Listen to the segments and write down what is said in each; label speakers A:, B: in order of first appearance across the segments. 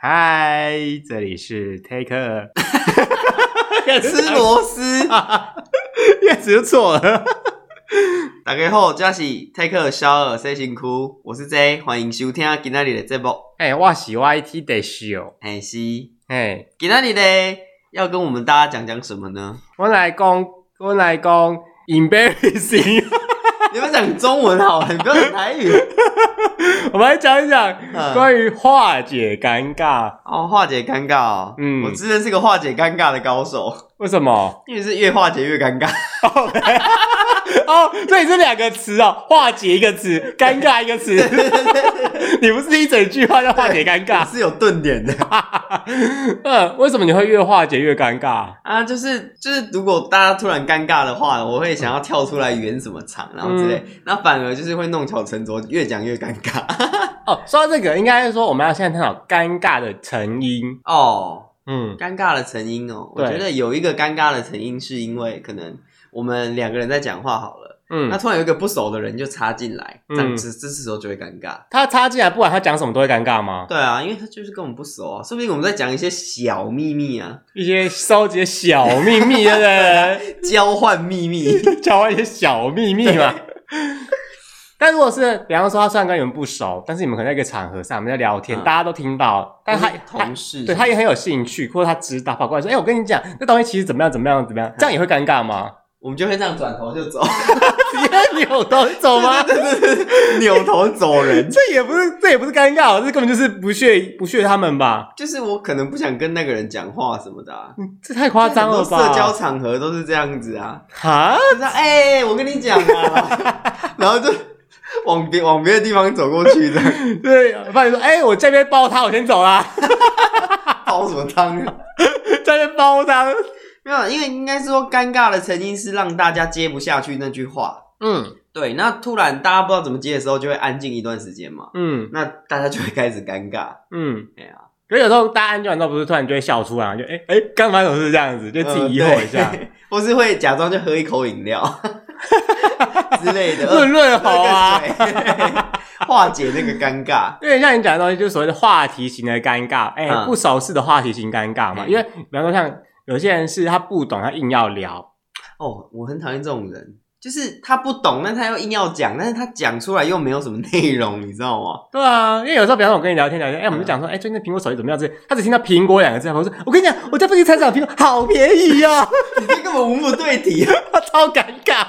A: 嗨，这里是 Take，
B: 吃 螺丝。
A: 也只是错了。
B: 大家好，这是 Take 小耳 C 辛苦，我是 J，欢迎收听今天的节目。
A: 哎、我喜 YT 得秀，
B: 嘿是，
A: 哦哎、
B: 今天的要跟我们大家讲讲什么 呢？
A: 我来讲，我来讲 embarrassing，
B: 你们讲中文好了，你不要讲台语。
A: 我们来讲一讲
B: 嗯
A: 关于化解尴尬，
B: 哦，化解尴尬、哦，
A: 嗯
B: 我自认是个化解尴尬的高手，
A: 为什么？
B: 因为是越化解越尴尬。
A: 哦，所以这两个词哦，化解一个词，尴尬一个词。 你不是一整句话叫化解尴尬？
B: 是有顿点的
A: 嗯，为什么你会越化解越尴尬？
B: 啊，就是就是，如果大家突然尴尬的话，我会想要跳出来圆什么场，然后之类，
A: 嗯
B: 那反而就是会弄巧成拙，越讲越尴尬。
A: 哦，说到这个，应该是说我们要现在探讨尴尬的成因。
B: 哦，
A: 嗯，
B: 尴尬的成因哦，我
A: 对
B: 觉得有一个尴尬的成因是因为可能我们两个人在讲话好了，那
A: 嗯，
B: 突然有一个不熟的人就插进来，这样
A: 嗯
B: 子这时候就会尴尬。
A: 他插进来，不管他讲什么都会尴尬吗？
B: 对啊，因为他就是跟我们不熟啊，说不定我们在讲一些小秘密啊，
A: 一些收集小秘密，对不对？
B: 交换秘密。
A: 交换一些小秘密嘛。但如果是，比方说他虽然跟你们不熟，但是你们可能在一个场合上，我们在聊天，
B: 嗯
A: 大家都听到，但他他
B: 同事
A: 对他也很有兴趣，或者他知道跑过来说：“哎、我跟你讲，那东西其实怎么样怎么样怎
B: 嗯
A: 么样。”这样也会尴尬吗？
B: 我们就会这样转头就走，
A: 直接扭头走吗？
B: 扭头走人。
A: 这也不是，这也不是尴尬，这根本就是不屑不屑他们吧？
B: 就是我可能不想跟那个人讲话什么的、啊，
A: 这太夸张了
B: 很多社
A: 吧？
B: 交场合都是这样子啊，
A: 哈，
B: 就是哎、我跟你讲啊， 然后就往别往别的地方走过去的，
A: 对，不然你说，哎、我这边包他，我先走啦，
B: 煲什么汤啊？
A: 在这边包他，
B: 没有，因为应该是说尴尬的成因是让大家接不下去那句话。
A: 嗯
B: 对，那突然大家不知道怎么接的时候，就会安静一段时间嘛，
A: 嗯
B: 那大家就会开始尴尬。
A: 嗯，
B: 哎呀、
A: 可是有时候大家安静完之后，不是突然就会笑出来，就哎哎，刚、才总是这样子，就自己疑惑一下
B: 呃，对 或是会假装就喝一口饮料 之类的，
A: 润 润喉啊，
B: 喝个水 化解那个尴尬。
A: 有点像你讲的东西，就是所谓的话题型的尴尬，哎、
B: 嗯
A: 不熟识的话题型尴尬嘛，
B: 嗯
A: 因为比方说像有些人是他不懂，他硬要聊，
B: 哦，我很讨厌这种人，就是他不懂，但他又硬要讲，但是他讲出来又没有什么内容，你知道吗？
A: 对啊，因为有时候，比方说我跟你聊天聊天，哎、我们就
B: 嗯
A: 讲说，哎、最近的苹果手机怎么样？这他只听到苹果两个字，我说，我跟你讲，我在附近菜市场苹果好便宜呀、啊，
B: 你这根本无不对题啊！
A: 他 超尴尬。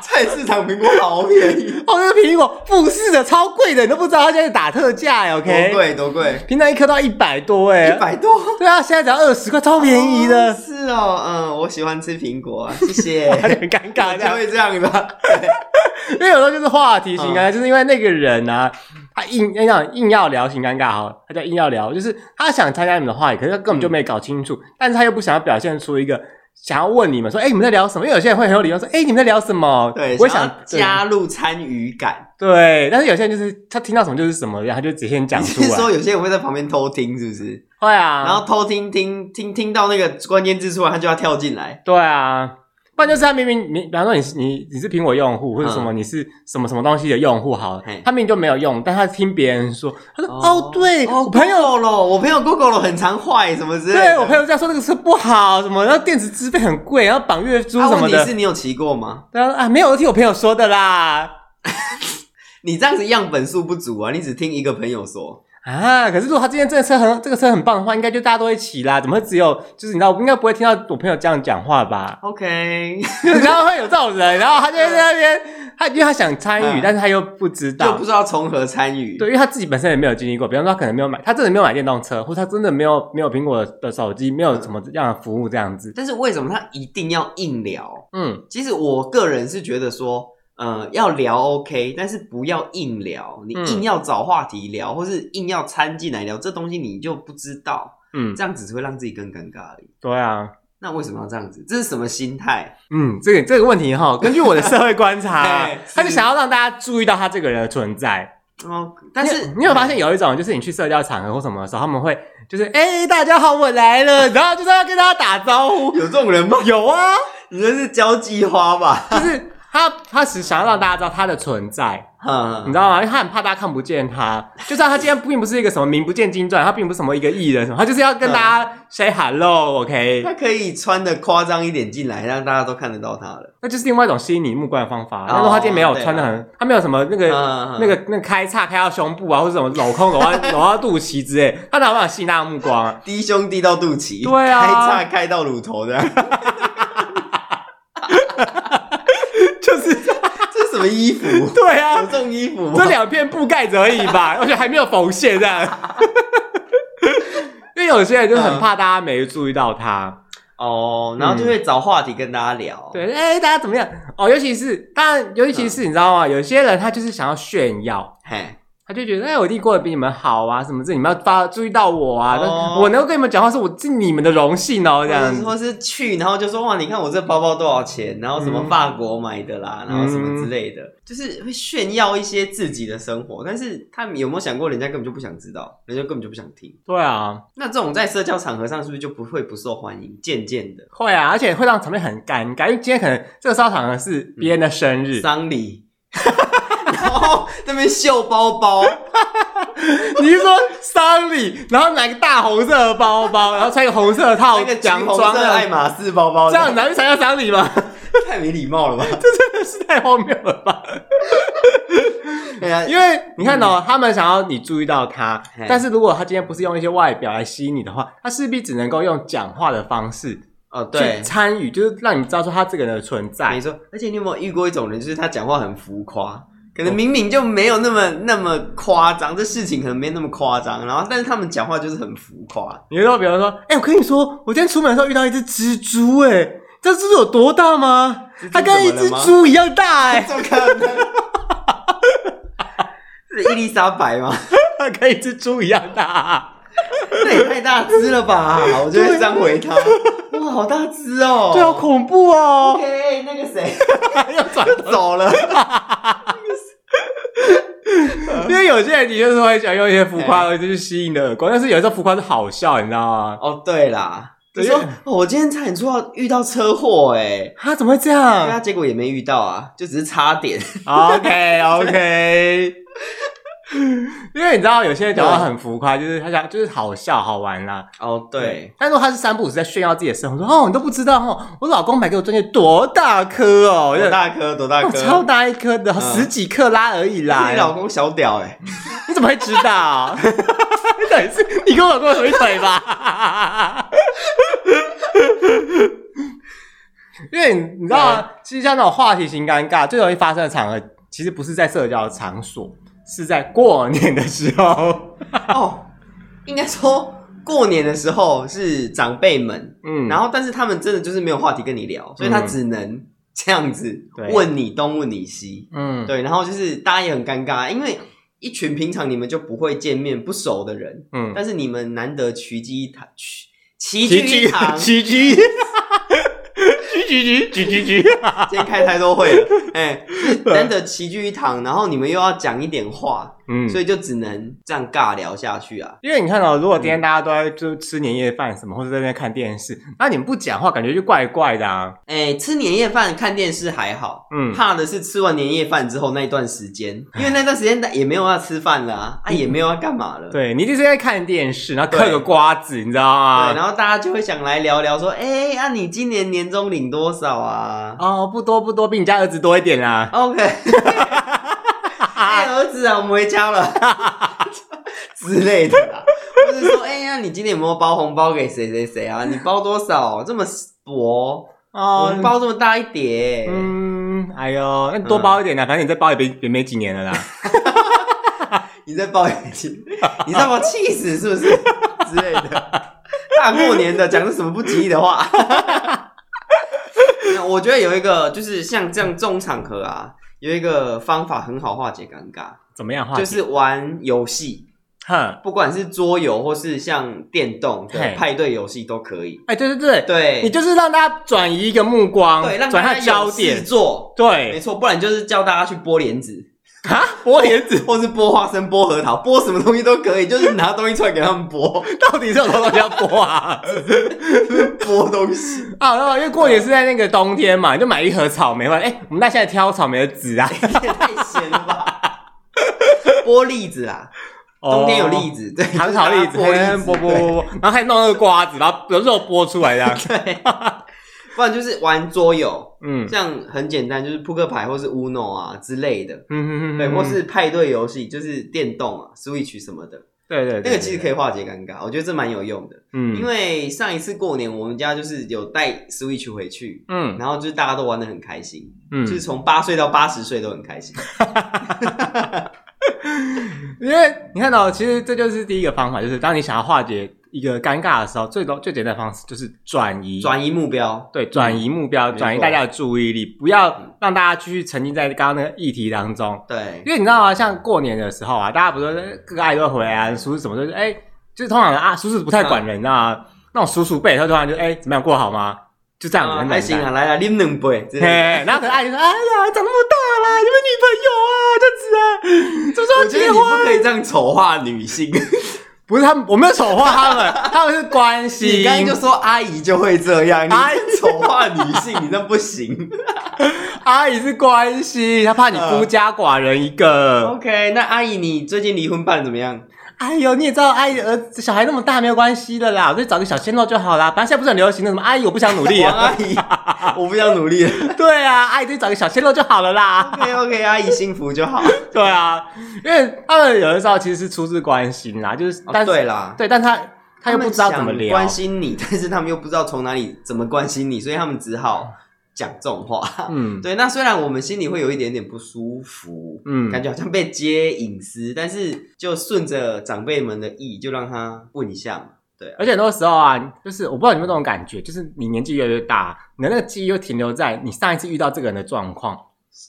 B: 菜市场苹果好便 宜，
A: 哦，那个苹果富士的超贵的，你都不知道，它现在打特价哎
B: 多
A: ，OK？
B: 贵多贵，
A: 平常一颗都要一百多哎，
B: 哦一百多，
A: 对啊，现在只要二十块，超便宜的
B: 哦，是哦，嗯，我喜欢吃苹果啊，谢 谢。
A: 他就很尴尬这
B: 就
A: 样。
B: 会这样啊的，
A: 因为有时候就是话题型
B: 嗯
A: 尴尬，就是因为那个人啊，他硬要讲硬要聊型尴尬哈，他叫硬要聊，就是他想参加你们的话题，可是他根
B: 嗯
A: 本就没搞清楚，但是他又不想要表现出一个。想要问你们说，哎、你们在聊什么？因为有些人会很有礼貌说，哎、你们在聊什么？
B: 对，
A: 我也
B: 想
A: 想
B: 要加入参与感。
A: 对对，但是有些人就是他听到什么就是什么，然后他就直接先讲
B: 你
A: 出
B: 是
A: 来。
B: 说有些人会在旁边偷听，是不是？
A: 会啊，
B: 然后偷听听听听到那个关键字出来，他就要跳进来。
A: 对啊，不然就是他明明你，比方说你是你你是苹果用户，或者什么、你是什么什么东西的用户好了
B: 嗯嘿，
A: 他明明就没有用，但他听别人说，他说
B: 哦
A: 哦对，
B: 哦
A: 我朋友。
B: 够了，我朋友 Google 了很常坏什么之类的。
A: 对我朋友在说那个车不好，什么然后电池资费很贵，然后绑月租
B: 啊
A: 什么
B: 问题
A: 的。
B: 是你有骑过吗？
A: 他说啊，没有，我听我朋友说的啦。
B: 你这样子样本数不足啊，你只听一个朋友说。
A: 啊，可是如果他今天这个车很这个车很棒的话，应该就大家都会骑啦，怎么会只有就是你知道，我应该不会听到我朋友这样讲话吧？
B: OK，
A: 就是然后会有这种人，然后他就在那边，他因为他想参与，
B: 嗯
A: 但是他又不知道，
B: 就不知道从何参与。
A: 对，因为他自己本身也没有经历过，比方说他可能没有买，他真的没有买电动车，或者他真的没有没有苹果的手机，没有什么样的服务这样子。
B: 但是为什么他一定要硬聊？
A: 嗯，
B: 其实我个人是觉得说，呃，要聊 OK，但是不要硬聊。你
A: 嗯
B: 硬要找话题聊，或是硬要掺进来聊，这东西你就不知道，
A: 嗯，
B: 这样只是会让自己更尴尬而已。
A: 对啊，
B: 那为什么要这样子？这是什么心态？
A: 嗯，这个这个问题哈，根据我的社会观察 啊
B: 哎，
A: 他就是想要让大家注意到他这个人的存在。
B: 哦，但是
A: 你有你有发现有一种，就是你去社交场合或什么的时候，他们会就是哎、大家好，我来了，然后就是要跟大家打招呼。
B: 有这种人吗？
A: 有啊，
B: 你这是交际花吧？
A: 就是。他他只想要让大家知道他的存在，你
B: 嗯，
A: 知道吗？因为他很怕大家看不见他，就算他今天并不是一个什么名不见经传，他并不是什么一个艺人什么，他就是要跟大
B: 嗯
A: 家 say hello，OK，、
B: 他可以穿的夸张一点进来，让大家都看得到他了。
A: 那就是另外一种吸引你目光的方法。那如果他今天没有
B: 对啊
A: 穿的很，他没有什么那个、
B: 嗯
A: 那个那个开叉开到胸部啊，或者什么镂空镂到镂到肚脐之类，他哪有办法吸引大家目光 啊？
B: 低胸低到肚脐，
A: 对啊
B: 开叉开到乳头的，
A: 就是
B: 这是什么衣服？什
A: 对啊
B: 么，种衣服？
A: 这两片布盖着而已吧，而且还没有缝线这样。 因为有些人就很怕大家没注意到他，
B: 哦，然后就会找话题跟大家聊。，
A: 嗯对，哎、大家怎么样？哦，尤其是当然，尤其
B: 嗯
A: 是你知道吗？有些人他就是想要炫耀，
B: 嘿，
A: 他就觉得，哎、我一定过得比你们好啊，什么这你们要发注意到我啊，
B: 哦
A: 我能够跟你们讲话是我是你们的荣幸哦，
B: 或
A: 这
B: 者
A: 样
B: 是
A: 子。
B: 或是去，然后就说哇，你看我这包包多少钱，然后什么
A: 嗯
B: 法国买的啦，然后什么
A: 嗯
B: 之类的，就是会炫耀一些自己的生活，但是他们有没有想过，人家根本就不想知道，人家根本就不想听。
A: 对啊，
B: 那这种在社交场合上是不是就不会不受欢迎？渐渐的，
A: 会啊，而且会让场面很尴尬，因为今天可能这个烧场呢是
B: 嗯
A: 别人的生日，
B: 丧礼， 然后那边秀 包包，
A: 你是说丧礼，然后拿个大红色的包包，然后穿一个红色的套
B: 那个橘
A: 洋
B: 红
A: 装
B: 色爱
A: 的，
B: 马仕包包，
A: 这样难去参加丧礼吗？
B: 太没礼貌了吧？
A: 真的是太荒谬了吧！
B: 对啊，
A: 因为你看哦，他们想要你注意到他
B: 嘿，
A: 但是如果他今天不是用一些外表来吸引你的话，他势必只能够用讲话的方式
B: 哦
A: 去
B: 对，
A: 参与，就是让你知道说他这个人的存
B: 没
A: 在。
B: 错。而且你有没有遇过一种人，就是他讲话很浮夸，可
A: 哦
B: 能明明就没有那么那么夸张，这事情可能没那么夸张，然后但是他们讲话就是很浮 夸，
A: 你就说，比如说，哎、我跟你说，我今天出门的时候遇到一只蜘蛛、哎，这蜘蛛有多大吗？
B: 蜘蛛
A: 它跟一只
B: 怎么了吗
A: 猪一样大、 哎，
B: 怎么可能？是伊丽莎白吗？
A: 它跟一只猪一样大、
B: 那也太大只了吧！我就会这样回他，哇，好大只哦！
A: 对，好恐怖哦！
B: OK，那个谁
A: 又转头，
B: 走了，哦
A: 因为有些人的确是会想用一些浮夸的东西去吸引你的耳光，但是有时候浮夸是好笑，你知道吗？
B: 哦，对啦，就
A: 对
B: 说、哦我今天差点出到遇到车祸哎、
A: 他怎么会这
B: 但
A: 样
B: 他结果也没遇到啊，就只是差点。
A: ？OK OK，因为你知道有些人讲话很浮夸，就是他想就是好笑好玩啦。
B: 哦，对，，
A: 但如果他是三不五时在炫耀自己的生活，说哦你都不知道哦，我老公买给我钻戒多大颗哦，
B: 多大颗，多大
A: 哦
B: 颗，
A: 超大一颗的，十几克拉而已啦。
B: 你老公小屌哎、
A: 你怎么会知道？你等是你跟我老公有一腿吧？ 因为你知道吗？其实像那种话题型尴尬最容易发生的场合，其实不是在社交场所，是在过年的时候。
B: 哦，应该说过年的时候是长辈们，
A: 嗯
B: 然
A: 后
B: 后但是他们真的就是没有话题跟你聊，所以他只能这样子
A: 对
B: 问你东问你西，
A: 嗯，
B: 对，然后就是大家也很尴尬，因为一群平常你们就不会见面不熟的人，
A: 嗯，
B: 但是你们难得齐聚一堂，齐齐
A: 齐
B: 聚一
A: 聚
B: 堂，今
A: 齐聚，举举举举举举，
B: 天开太多会了， 哎、就是难得齐聚一堂，然后你们又要讲一点话，
A: 嗯
B: 所以就只能这样尬聊下去啊。
A: 因为你看到、如果今天大家都在就吃年夜饭什么，或者在那边看电视，那你们不讲话，感觉就怪怪的啊。
B: 哎、吃年夜饭看电视还好，
A: 嗯，
B: 怕的是吃完年夜饭之后那一段时间，因为那段时间也没有要吃饭了啊，啊也没有要干嘛 了。
A: 嗯对你就是在看电视，然后嗑个瓜子，你知道
B: 对，
A: 吗？
B: 然后大家就会想来聊聊说，哎、啊你今年年终领多少啊
A: 哦，不多不多，比你家儿子多一点啦。
B: ？OK，哎、儿子啊，我们回 家了之类的啦，或者说，哎、呀、你今年有没有包红包给谁谁谁啊？你包多少？这么薄，我
A: 哦
B: 们，包这么大一叠、
A: 嗯，哎呦，那你多包一点啦，反正你再包也没也没几年了啦。
B: 你在抱怨气， 你在把我气死是不 是之类的？大过年的讲的什么不吉利的话？ 那我觉得有一个就是像这样这种场合啊，有一个方法很好化解尴尬，
A: 怎么样话？
B: 就是玩游戏，
A: 哼，
B: 不管是桌游或是像电动的
A: 嘿
B: 派对游戏都可以。
A: 哎，对对对，
B: 对，
A: 你就是让大家转移一个目光，
B: 对让
A: 转
B: 大
A: 移
B: 家
A: 他焦
B: 有事
A: 点。
B: 做，没
A: 对，
B: 错，不然就是叫大家去剥莲子。
A: 啊，剥莲子
B: 或是剥花生、剥核桃、剥什么东西都可以，就是拿东西出来给他们剥，
A: 到底是有多少东西要剥啊？
B: 剥东西。
A: 啊，然后因为过年是在那个冬天嘛，你就买一盒草莓嘛。哎、我们那现在挑草莓的籽 啊，
B: 也 太咸了吧！剥栗子啦，冬天有栗子，对，
A: 哦 糖炒栗子，
B: 就是
A: 嘿
B: 拿
A: 剥
B: 剥
A: 剥
B: 栗子，
A: 剥，然后还弄那个瓜子，然后肉剥出来这样。
B: 对，对不然就是玩桌游，
A: 嗯
B: 像很简单，就是扑克牌或是 Uno 啊之类的，
A: 嗯嗯嗯，
B: 对，或是派对游戏，就是电动啊、Switch 什么的，
A: 对对，
B: 那个其实可
A: 以，
B: 以化解尴尬，我觉得这蛮有用的。
A: 嗯，
B: 因为上一次过年，我们家就是有带 Switch 回去，
A: 嗯
B: 然后就是大家都玩的很开心，
A: 嗯，
B: 就是从八岁到八十岁都很开心。
A: 因为你看到、其实这就是第一个方法，就是当你想要化解一个尴尬的时候，最多最简单的方式就是转移，
B: 转移目标，
A: 对，转移目标，
B: 没错
A: 转移大家的注意力，不要让大家继续沉浸在刚刚那个议题当中。
B: 对
A: 因为你知道啊，像过年的时候啊，大家不是各个爱都回来、啊，叔叔什么就是哎、就是通常啊，叔叔不太管人啊，那种叔叔辈，他突然就哎、怎么样过好吗？就这样子，
B: 啊
A: 很
B: 还
A: 简
B: 行
A: 单
B: 啊，来来，拎两杯之
A: 嘿
B: 类的。，
A: 然后可能爱就说：“哎呀，长那么大了，有没有啊女朋友啊？这样子啊，什么时候
B: 我觉得
A: 结
B: 你
A: 婚
B: 不？”可以这样丑化女性。
A: 不是他们，我没有丑化他们， 他们是关心。
B: 你刚刚就说阿姨就会这样，你
A: 阿姨
B: 这丑化女性，你这不行。
A: 阿姨是关心，她怕你孤家寡人一个。
B: OK，那阿姨你最近离婚办得怎么样？
A: 哦哎呦，你也知道，阿姨的儿子小孩那么大，没有关系的啦，我就找个小鲜肉就好啦。反正现在不是很流行的什么阿姨，我不想努力
B: 王
A: 啊。
B: 阿姨， 我不想努力了。
A: 对啊，阿姨就找个小鲜肉就好了啦。
B: OK OK，阿姨幸福就好。 哦
A: 对啊，因为他们有的时候其实是出自关心啦，就是
B: 哦
A: 但是、
B: 对啦，
A: 对，但他他又不知道怎么
B: 们想
A: 聊，
B: 关心你，但是他们又不知道从哪里怎么关心你，所以他们只好讲这种话。
A: 嗯
B: 对，那虽然我们心里会有一点点不舒服，
A: 嗯，
B: 感觉好像被揭隐私，但是就顺着长辈们的意，就让他问一下嘛。对啊，
A: 而且很多时候啊，就是我不知道你有没有这种感觉，就是你年纪越来越大，你的那个记忆又停留在你上一次遇到这个人的状况。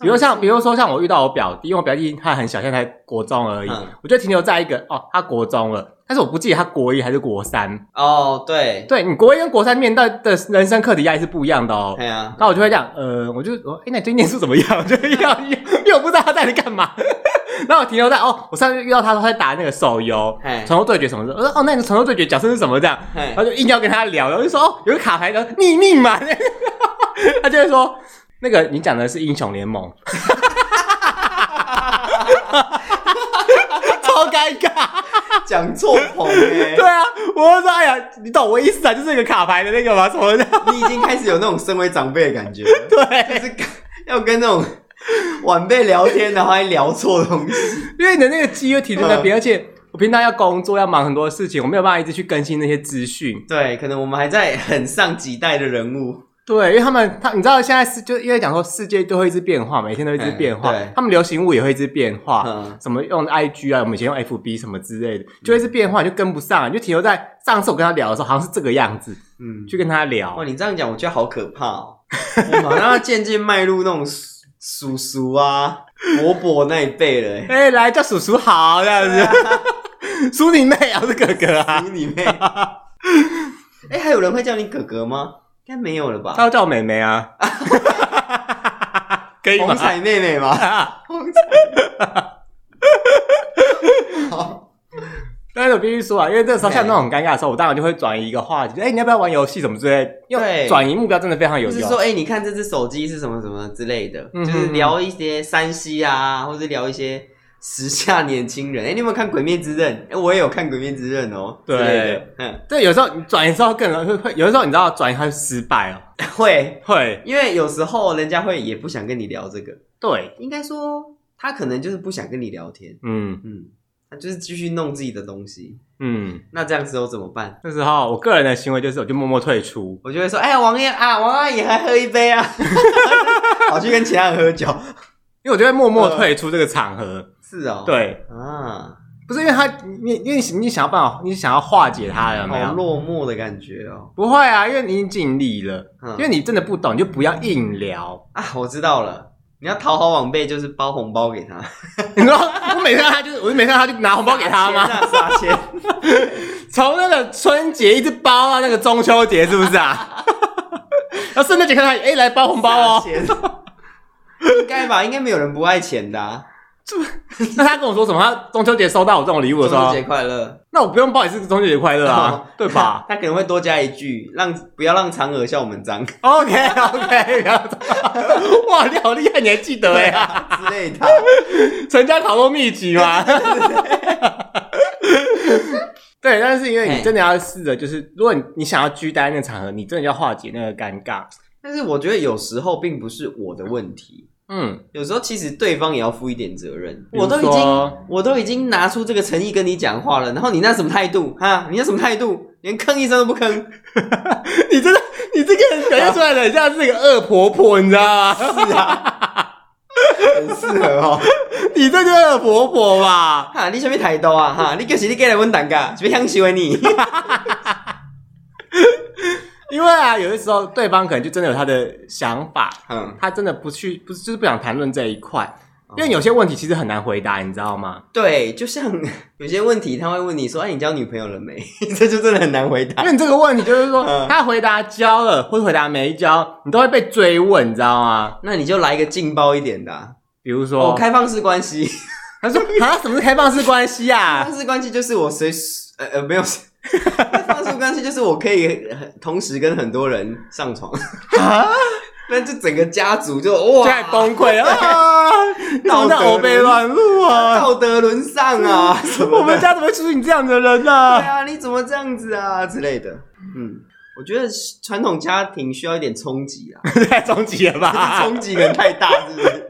A: 比如
B: 嗯
A: 像，比如说像我遇到我表弟，因为我表弟他很小，现在才国中而已，
B: 嗯
A: 我就停留在一个哦，他国中了，但是我不记得他国一还是国三。
B: 哦，对，
A: 对你国一跟国三面对的人生课题压力是不一样的哦
B: 哎。呀、
A: 那我就会这样，呃，我就我哎，那你最近念书怎么样？ 我就要，因为我不知道他到底干嘛。 然后我停留在哦，我上次遇到他说他在打那个手游
B: 嘿
A: 《传说对决》什么的，我说哦，那你《传说对决》角色是什么这样？
B: 嘿
A: 然后就硬要跟他聊，然后就说哦，有个卡牌的逆命嘛， 他就会说那个你讲的是英雄联盟，
B: 哎
A: 超尴尬。
B: 讲错棚哎、
A: 对啊，我就说哎呀，你懂我意思啊，就是那个卡牌的那个嘛什 么的。
B: 你已经开始有那种身为长辈的感觉了，
A: 对，
B: 就是跟要跟那种晚辈聊天，然后还聊错东西。
A: 因为你的那个机会停留在
B: 嗯
A: 那边，而且我平常要工作要忙很多事情，我没有办法一直去更新那些资讯。
B: 对，可能我们还在很上几代的人物，
A: 对，因为他们他你知道现在是就因为讲说世界都会一直变化，每天都一直变化
B: 嗯对，
A: 他们流行物也会一直变化。
B: 嗯，
A: 什么用 IG 啊，我们以前用 FB 什么之类的，就会是变化，你就跟不上，你就停留在上次我跟他聊的时候，好像是这个样子，
B: 嗯，
A: 去跟他聊
B: 哇，。你这样讲，我觉得好可怕哦。我好像要渐渐迈入那种叔叔叔啊、 伯伯那一辈了、 欸。
A: 哎、来叫叔叔好这样
B: 啊
A: 子，叔你妹啊，是哥哥啊，
B: 你妹！哎、还有人会叫你哥哥吗？应该没有了吧？
A: 他要叫我妹妹啊， 可以
B: 红
A: 吗？
B: 彩妹妹吗？红彩。好，
A: 但是我必须说啊，因为这时候像那种很尴尬的时候，我当然就会转移一个话题，哎、你要不要玩游戏什么之类的，因为
B: 对
A: 转移目标真的非 常有
B: 就是
A: 用
B: 说，。哎、你看这只手机是什么什么之类的，
A: 嗯
B: 就是聊一些山西啊，或者聊一些时下年轻人。哎、你有没有看《鬼灭之刃》哎，我也有看《鬼灭之刃》哦。
A: 对
B: 之类的，嗯，
A: 对，有时候你转移之后更容易会，会有的时候你知道转移它会失败哦，
B: 会，
A: 会，
B: 因为有时候人家会也不想跟你聊这个，
A: 对，
B: 应该说他可能就是不想跟你聊天，
A: 嗯
B: 嗯，他就是继续弄自己的东西。
A: 嗯。
B: 那这样子我怎么办？
A: 那时候我个人的行为就是，我就默默退出。
B: 我就会说，哎、呀，王爷啊，王阿姨还喝一杯啊， 跑去跟其他人喝酒。
A: 因为我就会默默
B: 嗯
A: 退出这个场合，
B: 是哦，
A: 对，
B: 啊，
A: 不是因为他，你因为你你想要办法，你想要化解他有没
B: 好
A: 有？
B: 落寞的感觉哦。
A: 不会啊，因为你已经尽力了，
B: 嗯
A: 因为你真的不懂，你就不要硬聊。
B: 啊，我知道了，你要讨好晚辈就是包红包给他，
A: 你说我每次看他就是，我就每次看他就拿红包给他 吗？
B: 撒钱啊？撒钱，
A: 从那个春节一直包到那个中秋节，是不是 啊？然后圣 诞节看他，哎、来包红包
B: 撒
A: 哦。
B: 钱。应该吧，应该没有人不爱钱的、啊。
A: 那他跟我说什么？他中秋节收到我这种礼物的
B: 中
A: 时候
B: 秋，节快乐，
A: 那我不用报也是中秋节快乐啊，对吧
B: 他可能会多加一句，让不要让嫦娥笑我们脏
A: ？OK OK，哇， 你好厉害，你还记得哎、
B: 啊之类 的。
A: 陈家烤肉秘籍吗？对，但是因
B: 哎
A: 为你真的要试着，就是如果你你想要居待那个场合，你真的要化解那个尴尬。
B: 但是我觉得有时候并不是我的问题，
A: 嗯，
B: 有时候其实对方也要负一点责任。
A: 比如
B: 我都已经
A: 说
B: 我都已经拿出这个诚意跟你讲话了，然后你那什么态度哈？你那什么态度？连吭一声都不吭，
A: 你真的，你这个人表现出来的很像是一个恶婆婆，你知道吗？
B: 是啊，很适合哦。
A: 你这就是恶婆婆吧？
B: 哈，你什么态度啊？哈，你就是你过来问蛋噶，是不想喜欢你？
A: 因为啊，有的时候对方可能就真的有他的想法，
B: 嗯，
A: 他真的不去，不是就是不想谈论这一块，因为有些问题其实很难回答，你知道吗？
B: 对，就像 有些问题他会问你说：“哎、你交女朋友了没？” 这就真的很难回
A: 因
B: 答。
A: 为你这个问题就是说，
B: 嗯
A: 他回答交了，或者回答没交，你都会被追问，你知道吗？
B: 那你就来一个劲爆一点的啊、
A: 比如
B: 哦，
A: 说，
B: 开放式关系，
A: 他 说啊，什么是开放式关系
B: 开
A: 啊？
B: 放式关系就是我随时呃呃没有， 开放式关系就是我可以呃同时跟很多人上床，
A: 啊，
B: 那就整个家族就
A: 就
B: 哇
A: 在崩溃 啊！你怎么在欧北乱入啊？
B: 道德沦丧啊什么的
A: 我们家怎么会出你这样的人呢、
B: 对啊，你怎么这样子啊之类的，嗯。我觉得传统家庭需要一点冲击啊，
A: 太终极了吧？
B: 冲击感太大，是不是？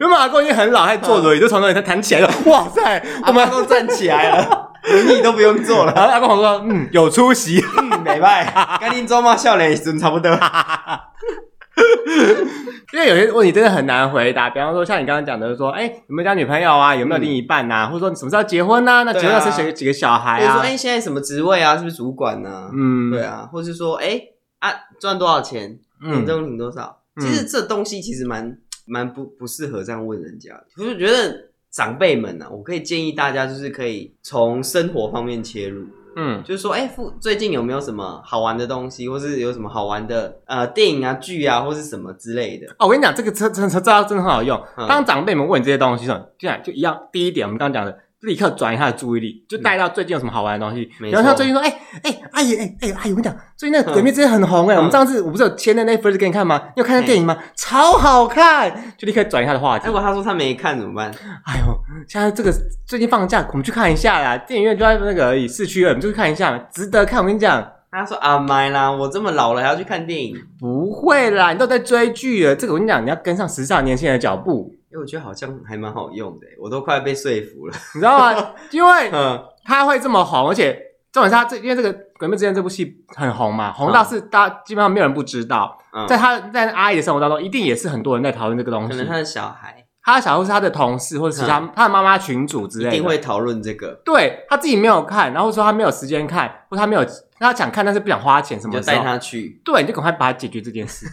A: 有马公已经很老，还坐轮椅，就从那里他弹起来了。哇塞，
B: 阿
A: 我们
B: 妈都站起来了，轮椅都不用坐了。
A: 然后阿公说，嗯，有出息。
B: 嗯，没歹，跟恁做嘛少年的时阵差不多。
A: 哎因为有些问题真的很难回答，比方说像你刚刚讲的说，哎、有没有交女朋友啊？有没有另
B: 嗯
A: 一半呐、啊？或者说你什么时候结婚啊呐、那结婚要生几个几个小孩
B: 比如
A: 啊？
B: 啊说，哎、现在什么职位啊？是不是主管呢、
A: 嗯，
B: 对，啊，或是说，哎、啊，赚多少钱？年
A: 嗯，
B: 终领多少？
A: 嗯
B: 其实这东西其实蛮蛮不不适合这样问人家的。我就觉得长辈们啊，我可以建议大家就是可以从生活方面切入，
A: 嗯，
B: 就是说，哎、附最近有没有什么好玩的东西，或是有什么好玩的呃电影啊、剧啊，或是什么之类的。
A: 哦，我跟你讲，这个这这这招真的很好用。
B: 嗯
A: 当长辈们问你这些东西的时候，竟然就一样。第一点，我们刚刚讲的，立刻转移他的注意力，就带到最近有什么好玩的东西。
B: 嗯没
A: 比
B: 错
A: 方说最近说，哎、哎、阿姨，哎、哎、阿姨，我跟你讲，最近那个《鬼灭之刃》很红哎、
B: 嗯
A: 我们上次我不是有签的那 first 给你看吗？你有看那
B: 嘿
A: 电影吗？超好看，就立刻转移他的话题
B: 哎、如。果他说他没看怎么办？
A: 哎呦，现在这个最近放假，我们去看一下啦。电影院就在那个而已，市区了，我们就去看一下，值得看。我跟你讲，
B: 他说啊，买啦，我这么老了还要去看电影，
A: 不会啦，你都在追剧了。这个我跟你讲，你要跟上时尚年轻人的脚步，
B: 因为我觉得好像还蛮好用的，我都快被说服了。
A: 你知道吗？因为
B: 嗯，
A: 他会这么红，而且重点是他这因为这个《鬼灭之刃》这部戏很红嘛，红到是大、基本上没有人不知道，
B: 嗯
A: 在他在阿姨的生活当中，一定也是很多人在讨论这个东
B: 可
A: 西
B: 能。他的小孩
A: 他的小孩或是他的同事或者其他、他的妈妈群主之类的，
B: 一定会讨论这个，
A: 对他自己没有看，然后说他没有时间看，或他没有他想看，但是不想花钱什
B: 你
A: 么
B: 就
A: 的时
B: 带
A: 候，
B: 他去。
A: 对，你就赶快把它解决这件事。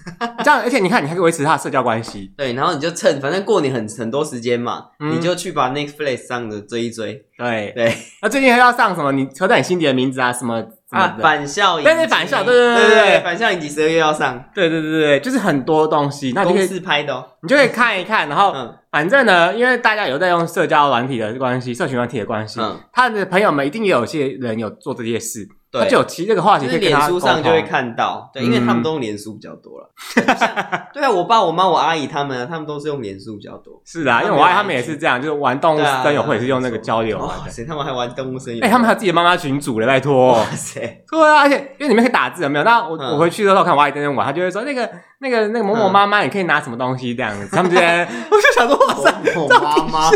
A: 这样，而且你看，你还可以维持他的社交关系。
B: 对，然后你就趁反正过年很很多时间嘛，
A: 嗯
B: 你就去把 Netflix 上的追一追。
A: 对，
B: 对
A: 那最近还要上什么？你求在你心底的名字啊，什么什么
B: 啊，
A: 的。
B: 返校影集，
A: 对对返校对对对
B: 对
A: 对对
B: 返校影集十二月要上，
A: 对对对对对，就是很多东西，那你就
B: 公
A: 可以哦
B: 司拍的哦。
A: 你就可以看一看，然后
B: 嗯
A: 反正呢，因为大家有在用社交软体的关系，社群软体的关系，
B: 嗯，
A: 他的朋友们一定也有些人有做这些事，
B: 对
A: 他，就有其实这个话题
B: 就
A: 可
B: 是
A: 以跟
B: 脸
A: 他
B: 书
A: 沟
B: 上就会
A: 通。
B: 看到，对，
A: 嗯
B: 因为他们都用脸书比较多了。对啊，我爸、我妈、我阿姨他们啊，他们都是用脸书比较多。啊
A: 是啊，因为我爱他们也是这样，就是玩动物森友会也是用那个交流玩
B: 哇
A: 的。
B: 塞，哦他们还玩动物森友？
A: 哎、他们还有自己的妈妈群组了，拜托
B: 哇。 塞，
A: 对啊，而且因为里面可以打字，有没有？那我、
B: 嗯
A: 我回去的时候看我阿姨在那边玩，她就会说那个那个那个某某妈妈，你可以拿什么东西这样子。他们就 在，我就想说哇塞，
B: 我妈妈，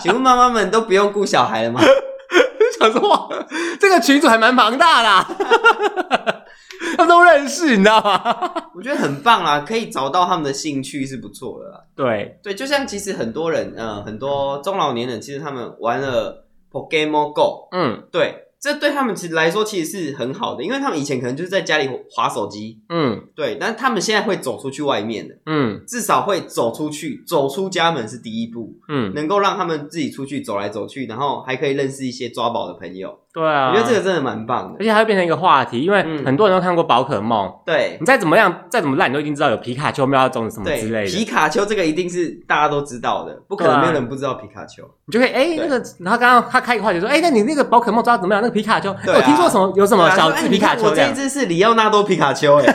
B: 请问妈妈们都不用顾小孩了吗？
A: 我就想说哇，这个群组还蛮庞大啦、 他们都认识，你知道吗？
B: 我觉得很棒啦，可以找到他们的兴趣是不错的啦。啊
A: 对，
B: 对，就像其实很多人，呃，很多中老年人，其实他们玩了 Pokemon Go，
A: 嗯
B: 对，这对他们其实来说其实是很好的，因为他们以前可能就是在家里划手机，
A: 嗯
B: 对，但他们现在会走出去外面的，
A: 嗯
B: 至少会走出去，走出家门是第一步。
A: 嗯，
B: 能够让他们自己出去走来走去，然后还可以认识一些抓宝的朋友。
A: 对啊，
B: 我觉得这个真的蛮棒的
A: 而。且它会变成一个话题，因为
B: 嗯
A: 很多人都看过宝可梦，
B: 对
A: 你再怎么样，再怎么烂，你都已经知道有皮卡丘、妙妙种子什么嗯之
B: 对，
A: 类
B: 皮
A: 的，
B: 卡丘这个一定是大家都知道的，不可能
A: 对啊
B: 没有人不知道皮卡丘。
A: 你就可以哎、
B: 对
A: 那个，然后刚刚他开一个话题说，哎、那你那个宝可梦抓得怎么样？那个皮卡丘，哦
B: 对啊
A: 我听说什么有什么小
B: 对啊说哎
A: 只皮卡
B: 你
A: 丘
B: 看我
A: 这
B: 这一
A: 样，
B: 只是里奥纳多皮卡丘哎、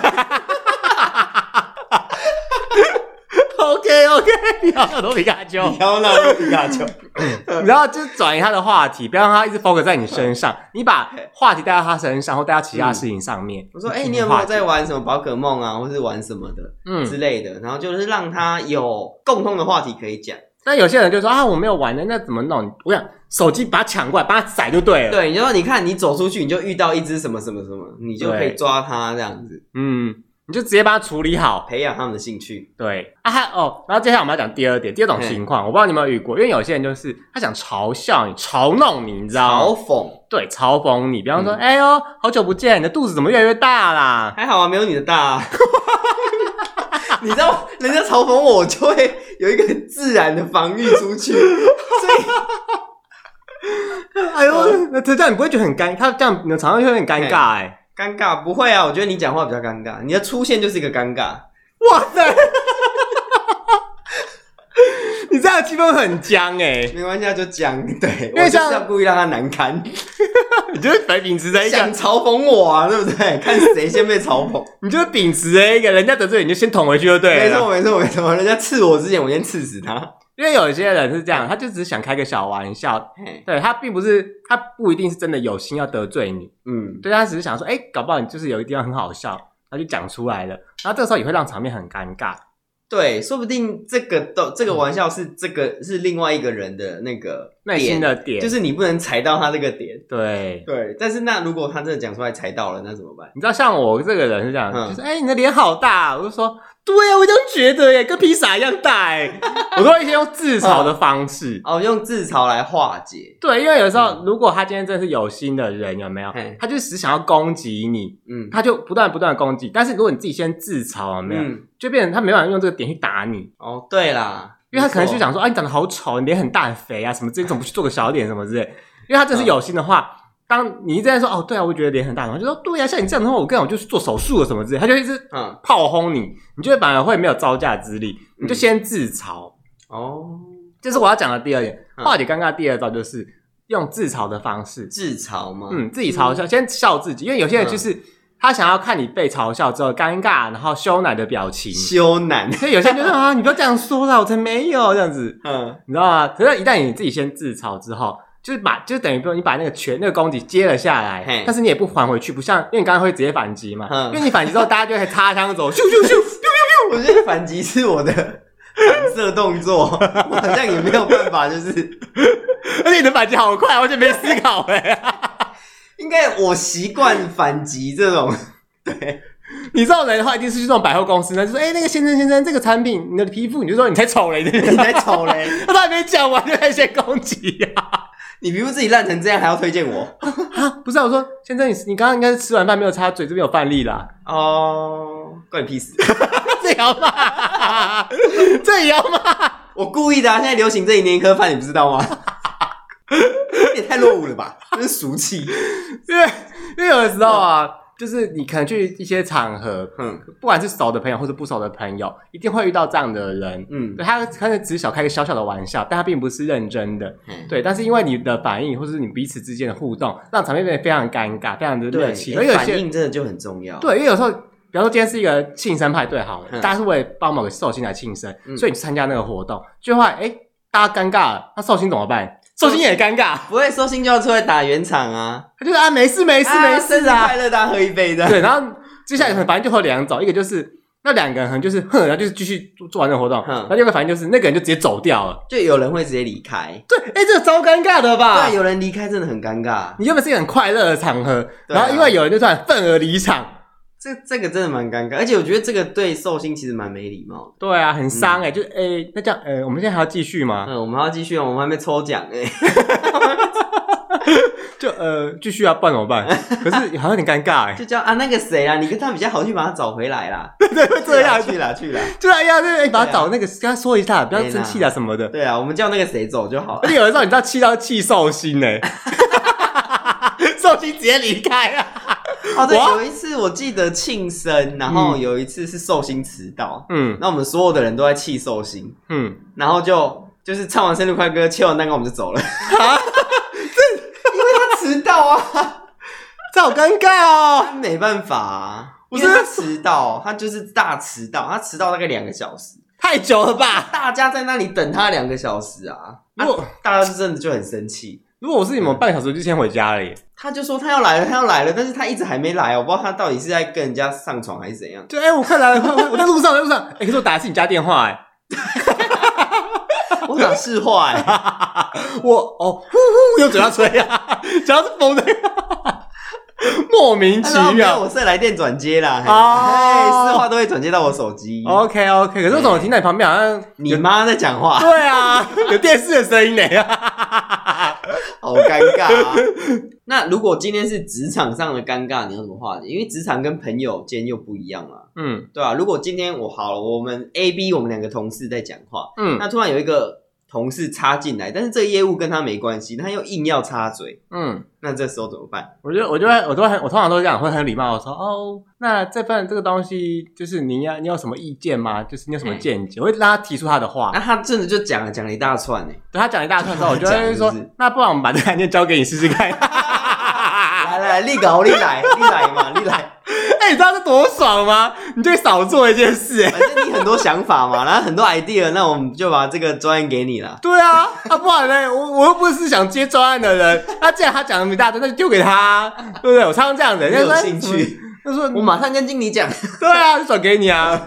A: OK OK，你好，很多皮卡丘，
B: 里奥纳多皮 卡丘。
A: 你知道，就是转移他的话题，不要让他一直 focus 在你身上，
B: 嗯
A: 你把话题带到他身上，或带到其他事情上面。
B: 我说
A: 就
B: 哎、
A: 是
B: 你有没
A: 话
B: 有
A: 题？
B: 在玩什么宝可梦啊，或是玩什么的之
A: 嗯，
B: 类的？然后就是让他有共同的话题可以讲。
A: 但有些人就说啊，我没有玩的，那怎么弄？我想手机把它抢过来，把它宰就对了。，
B: 对，你就说你看你走出去，你就遇到一只什么什么什么，你就可以
A: 对
B: 抓它这样子，
A: 嗯，你就直接把它处理好。
B: 培养他们的兴趣。
A: 对啊还哦，然后接下来我们要讲第二点，第二种情况，我不知道你有没有遇过，因为有些人就是他想嘲笑你、嘲弄你，你知道
B: 嘲
A: 吗？
B: 讽
A: 对，嘲讽你，比方说，
B: 嗯
A: 哎呦，好久不见，你的肚子怎么越来越大啦？
B: 还好啊，没有你的大、啊。 你知道，人家嘲讽我，我就会有一个自然的防御出去。
A: 哎呦，那这样你不会觉得很尴？他这样你的常常会有点尴尬哎、
B: 尴尬不会啊，我觉得你讲话比较尴尬，你的出现就是一个尴尬。
A: 哇塞！ 你这样的气氛很僵哎、
B: 没关系啊，就讲对，
A: 因
B: 我
A: 为
B: 就是
A: 像
B: 要故意让他难堪，
A: 你就是秉持着一
B: 想
A: 个，
B: 嘲讽我啊，对不对？看谁先被嘲讽。
A: 你就是秉持着一个，人家得罪你就先捅回去就 对啊
B: 没
A: 了
B: 错，。没错，没错。人家刺我之前，我先刺死他。
A: 因为有些人是这样，他就只是想开个小玩笑，
B: 嘿
A: 对他并不是，他不一定是真的有心要得罪你，
B: 嗯，
A: 对他只是想说，哎、搞不好你就是有一地方很好笑，他就讲出来了，然后这个时候也会让场面很尴尬。
B: 对，说不定这个都这个玩笑是这个是另外一个人的那个
A: 内心
B: 点，
A: 的点
B: 就是你不能踩到他这个点。
A: 对，
B: 对，但是那如果他真的讲出来踩到了，那怎么办？
A: 你知道像我这个人是这样，
B: 嗯
A: 就是哎、你的脸好大，我就说对啊，我这样觉得耶，跟披萨一样大哎，我都会先用自嘲的方式。
B: 哦，用自嘲来化 解。
A: 对，因为有时候如果他今天真的是有心的人，有没有
B: 嗯嘿？
A: 他就只想要攻击你，
B: 嗯，
A: 他就不断不断地攻击。但是如果你自己先自嘲，有没有？
B: 嗯，
A: 就变成他没办法用这个点去打你，
B: 哦，对啦，
A: 因为他可能
B: 没错
A: 就想说啊，你长得好丑，你脸很大很肥啊，什么这种不去做个小脸什么之类。因为他真
B: 嗯
A: 的是有心的话。当你一直在说哦，对啊，我觉得脸很大，然后就说对啊，像你这样的话，我跟你讲我就去做手术了什么之类，他就一直
B: 嗯，
A: 炮轰你，你就会反而会没有招架之力，你就先自嘲。
B: 哦，
A: 这是我要讲的第二点，
B: 嗯
A: 化解尴尬的第二招就是用自嘲的方式，
B: 自嘲嘛。
A: 嗯，自己嘲笑，先笑自己，因为有些人就是、
B: 嗯
A: 他想要看你被嘲笑之后尴尬，然后羞赧的表情。
B: 羞赧。
A: 所以有些人就说啊，你不要这样说啦，我才没有这样子，
B: 嗯，
A: 你知道吗？可是，一旦你自己先自嘲之后，就是把，就等于说你把那个拳、那个攻击接了下来
B: 嘿，
A: 但是你也不还回去，不像，因为你刚刚会直接反击嘛，
B: 嗯
A: 因为你反击之后，大家就会擦枪走，咻咻咻，
B: 我觉得反击是我的反射动作，我好像也没有办法，就是
A: 而且你的反击好快，完全没思考哎、
B: 应该我习惯反击这种。
A: 你这种人的话，一定是去这种百货公司呢，就说：“哎、那个先生先生，这个产品你的皮肤，你就说你才丑 嘞。”
B: 你才丑嘞！
A: 他都还没讲完就开始先攻击呀、
B: 你皮肤自己烂成这样，还要推荐我？
A: 啊！不是、啊，我说先生，你你刚刚应该是吃完饭没有擦嘴，这边有饭粒啦，
B: 哦，关你屁事！
A: 这也要骂，这也要骂。
B: 我故意的啊！现在流行这一年一颗饭，你不知道吗？你也太落伍了吧！真是俗气。
A: 因为因为有的时候啊，就是你可能去一些场合，
B: 嗯
A: 不管是熟的朋友或者不熟的朋友，一定会遇到这样的人。
B: 嗯
A: 对他可能只是小开个小小的玩笑，但他并不是认真的。
B: 对
A: 对，但是因为你的反应或是你彼此之间的互动，让场面变得非常尴尬，非常的热情。而
B: 欸
A: 有
B: 反
A: 些
B: 应真的就很重要。
A: 对，因为有时候，比方说今天是一个庆生派对，好了，
B: 嗯
A: 大家是为了帮某个寿星来庆生，
B: 嗯
A: 所以你去参加那个活动，就会哎，大家尴尬了，那寿星怎么办？寿星也尴尬，
B: 不会收心就要出来打圆场啊！
A: 他就是啊，没事没事没
B: 生
A: 事
B: 日快
A: 啊，
B: 乐，大家喝一杯 的。
A: 对，然后接下来可能反正就会有两种，一个就是。那两个人可能就是哼，然后就是继续做做完这个活动，
B: 嗯
A: 然后另外反应就是那个人就直接走掉了。
B: 就有人会直接离开。
A: 对，哎，这个超尴尬的吧？
B: 对，有人离开真的很尴尬，
A: 你原本是一个很快乐的场合，
B: 对啊
A: 然后因为有人就突然愤而离场，
B: 这这个真的蛮尴尬，而且我觉得这个对寿星其实蛮没礼貌的。
A: 对啊，很伤哎、欸，就是哎、欸那这样呃、我们现在还要继续吗？
B: 嗯，我们还要继续哦，我们还没抽奖哎、
A: 就呃继续啊，不然怎么办？可 是好像有点尴尬哎、
B: 就叫啊那个谁啦，你跟他比较好，去把他找回来啦。 啊
A: 对，会这样，
B: 去啦去啦。
A: 对啊，要对，哎把
B: 对
A: 他
B: 啊
A: 找那个跟他说一下，不要生气啊什么的。
B: 对啊，我们叫那个谁走就好
A: 而
B: 了。
A: 且有的时候你知道气到气寿星哎、欸，重心直接离开啊。
B: 哦，对，
A: 我
B: 有一次我记得庆生，然后有一次是寿星迟到，
A: 嗯
B: 那我们所有的人都在气寿星，
A: 嗯，
B: 然后就就是唱完生日快歌，切完蛋糕我们就走了， 因为他迟到啊，
A: 这好尴尬哦。
B: 他没办法啊，
A: 我
B: 因为
A: 真的
B: 他迟到，他就是大迟到，他迟到大概两个小时，
A: 太久了吧？
B: 大家在那里等他两个小时啊，
A: 如果
B: 啊大家就真的就很生气。
A: 如果我是你们，半个小时就先回家了耶。
B: 他就说他要来了，他要来了，但是他一直还没来，哦我不知道他到底是在跟人家上床还是怎样。
A: 就哎、我快来了，快快，我在路上，我在路上。 哎、可是我打的是你家电话哎、
B: 我想市话哎、
A: 我哦，呼呼，用嘴巴吹啊， 嘴巴是风的，莫名其
B: 他说没有
A: 妙。
B: 我是来电转接啦。
A: 哦
B: 哎，市话都会转接到我手机。哦，
A: OK OK，可是我怎么听到你旁边好 像
B: 你妈在讲话，
A: 对啊，有电视的声音呢。
B: 好尴尬、啊。那如果今天是职场上的尴尬，你要怎么化解？因为职场跟朋友间又不一样嘛，
A: 嗯
B: 对啊，如果今天我好了，我们 A、B 我们两个同事在讲话，
A: 嗯
B: 那突然有一个同事插进来，但是这个业务跟他没关系，他又硬要插嘴，
A: 嗯，
B: 那这时候怎么办？
A: 我就我就会我都会很我通常都是这样，会很礼貌的说哦，那这份这个东西就是你要你有什么意见吗？就是你有什么见解？我会让他提出他的话
B: 那，他真的就讲了讲了一大串欸呢、
A: 对他讲一大串之后，我就会说
B: 讲是不是，
A: 那不然我们把这个案件交给你试试 看。哎啊
B: 来来来，立稿立来立来嘛，立 来，
A: 哎、你知道这多爽吗？你就会少做一件事、哎，
B: 反正你很多想法嘛，然后很多 idea，那我们就把这个专案给你了。
A: 对啊，啊不然呢？我我又不是想接专案的人。那、既然他讲了一大堆，那就丢给他啊、对不对？我常常这样的，
B: 你
A: 人
B: 有
A: 家说
B: 兴？趣？
A: 他说
B: 我马上跟经理讲。
A: 对啊，就转给你 啊。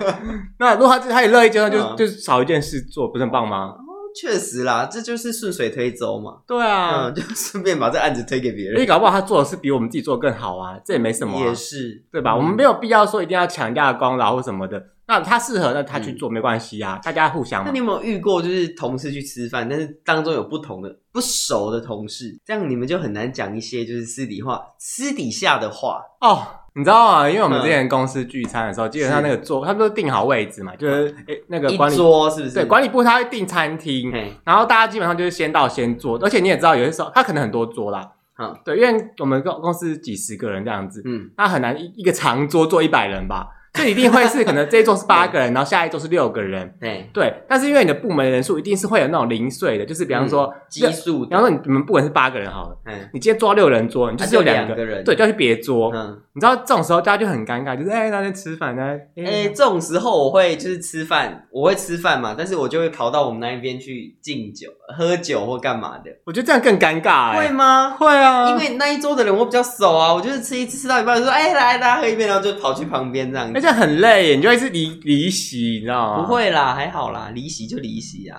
A: 那如果他他也乐意接受，就
B: 嗯
A: 就少一件事做，不是很棒吗？
B: 确实啦，这就是顺水推舟嘛。
A: 对啊
B: 嗯，，就顺便把这案子推给别
A: 因为
B: 人。
A: 搞不好他做的是比我们自己做的更好啊，这也没什么啊、
B: 也是，
A: 对吧？我们没有必要说一定要抢价功劳或什么的。那他适合，那他去做、没关系啊，大家互相
B: 那
A: 嘛
B: 你。有没有遇过，就是同事去吃饭，但是当中有不同的、不熟的同事，这样你们就很难讲一些就是私底话、私底下的话。
A: 哦，你知道啊，因为我们
B: 嗯
A: 之前公司聚餐的时候，基本上那个座，他们都定好位置嘛，就是诶那个
B: 嗯一
A: 管理
B: 桌嗯是不是？
A: 对管理部他会定餐厅，
B: 嘿
A: 然后大家基本上就是先到先坐，而且你也知道，有些时候他可能很多桌啦，
B: 嗯，
A: 对，因为我们公公司几十个人这样子，
B: 嗯，
A: 那很难一一个长桌坐一百人吧，所以一定会是可能这一桌是八个人， 然后下一桌是六个人，
B: 哎，
A: 对，但是因为你的部门人数一定是会有那种零碎的，就是比方说，
B: 嗯基数
A: 比，方说你们部门是八个人好了。
B: 哎，
A: 你今天坐到六人桌，你就是有
B: 啊就两
A: 两个
B: 个人
A: 对，就要去别桌。
B: 嗯，
A: 你知道这种时候大家就很尴尬，就是哎，大家吃饭呢，
B: 哎，
A: 哎，
B: 这种时候我会就是吃饭，我会吃饭嘛，但是我就会跑到我们那一边去敬酒、喝酒或干嘛的，
A: 我觉得这样更尴尬，
B: 会
A: 哎，
B: 吗？
A: 会啊，
B: 因为那一桌的人我比较熟啊，我就是吃一次吃到一半就说，哎，来大家喝一杯，然后就跑去旁边这样
A: 而
B: 子。
A: 且很累耶，你就会是离离席，你知道吗？
B: 不，会啦，还好啦，离席就离席啊。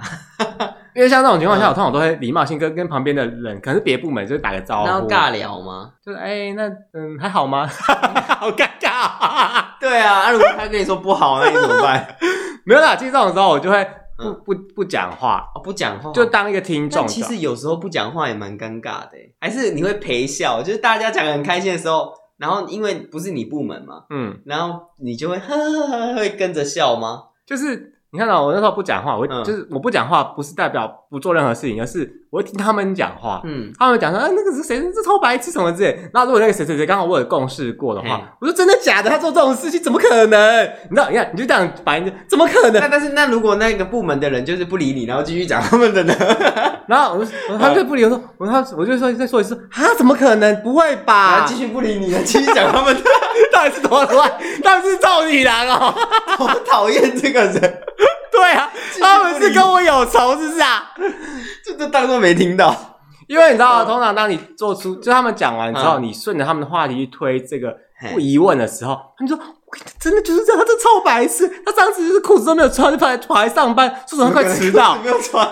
A: 因为像这种情况下，
B: 嗯
A: 我通常都会礼貌性跟跟旁边的人，可能是别部门，就是打个招
B: 然
A: 呼
B: 后，尬聊吗？
A: 就是哎，那嗯还好吗？ 好尴尬啊，
B: 对啊，啊如果他跟你说不好，那你怎么办？
A: 没有啦，其实这种时候我就会不
B: 嗯
A: 不不讲话，
B: 哦，不讲话。
A: 就当一个听众
B: 但
A: 就好。
B: 其实有时候不讲话也蛮尴尬的，欸还是你会陪笑，就是大家讲得很开心的时候，然后因为不是你部门嘛，
A: 嗯，
B: 然后你就会呵呵呵呵会跟着笑吗？
A: 就是。你看到哦我那时候不讲话，我、
B: 嗯
A: 就是我不讲话，不是代表不做任何事情，而是我会听他们讲话。
B: 嗯，
A: 他们讲说，啊，那个是谁？这偷白痴什么之类的。然后如果那个谁谁谁刚好我有共事过的
B: 嘿
A: 话，我说真的假的？他做这种事情怎么可能？你知道，你看你就这样白，怎么可
B: 那
A: 能？
B: 但是那如果那个部门的人就是不理你，然后继续讲他们的 呢？
A: 然后我就
B: 呃
A: 我他就不理我说，我他我就说再说一次，啊，怎么可能？不会
B: 然
A: 吧
B: 后继？续不理你了，继续讲他们的，
A: 到底是多乱？到底是赵丽兰哦？
B: 好讨厌这个人，
A: 对啊，
B: 继续不理
A: 他们是跟我有仇是不是啊？
B: 这就当做没听到。
A: 因为你知道，
B: 嗯
A: 通常当你做出就他们讲完之后，
B: 嗯
A: 你顺着他们的话题去推这个
B: 嘿，
A: 不疑问的时候，他们说。我跟你真的就是这样，他这臭白痴，他上次就是裤子都没有穿，就跑来跑来上班，说什么他快迟到
B: 没有穿，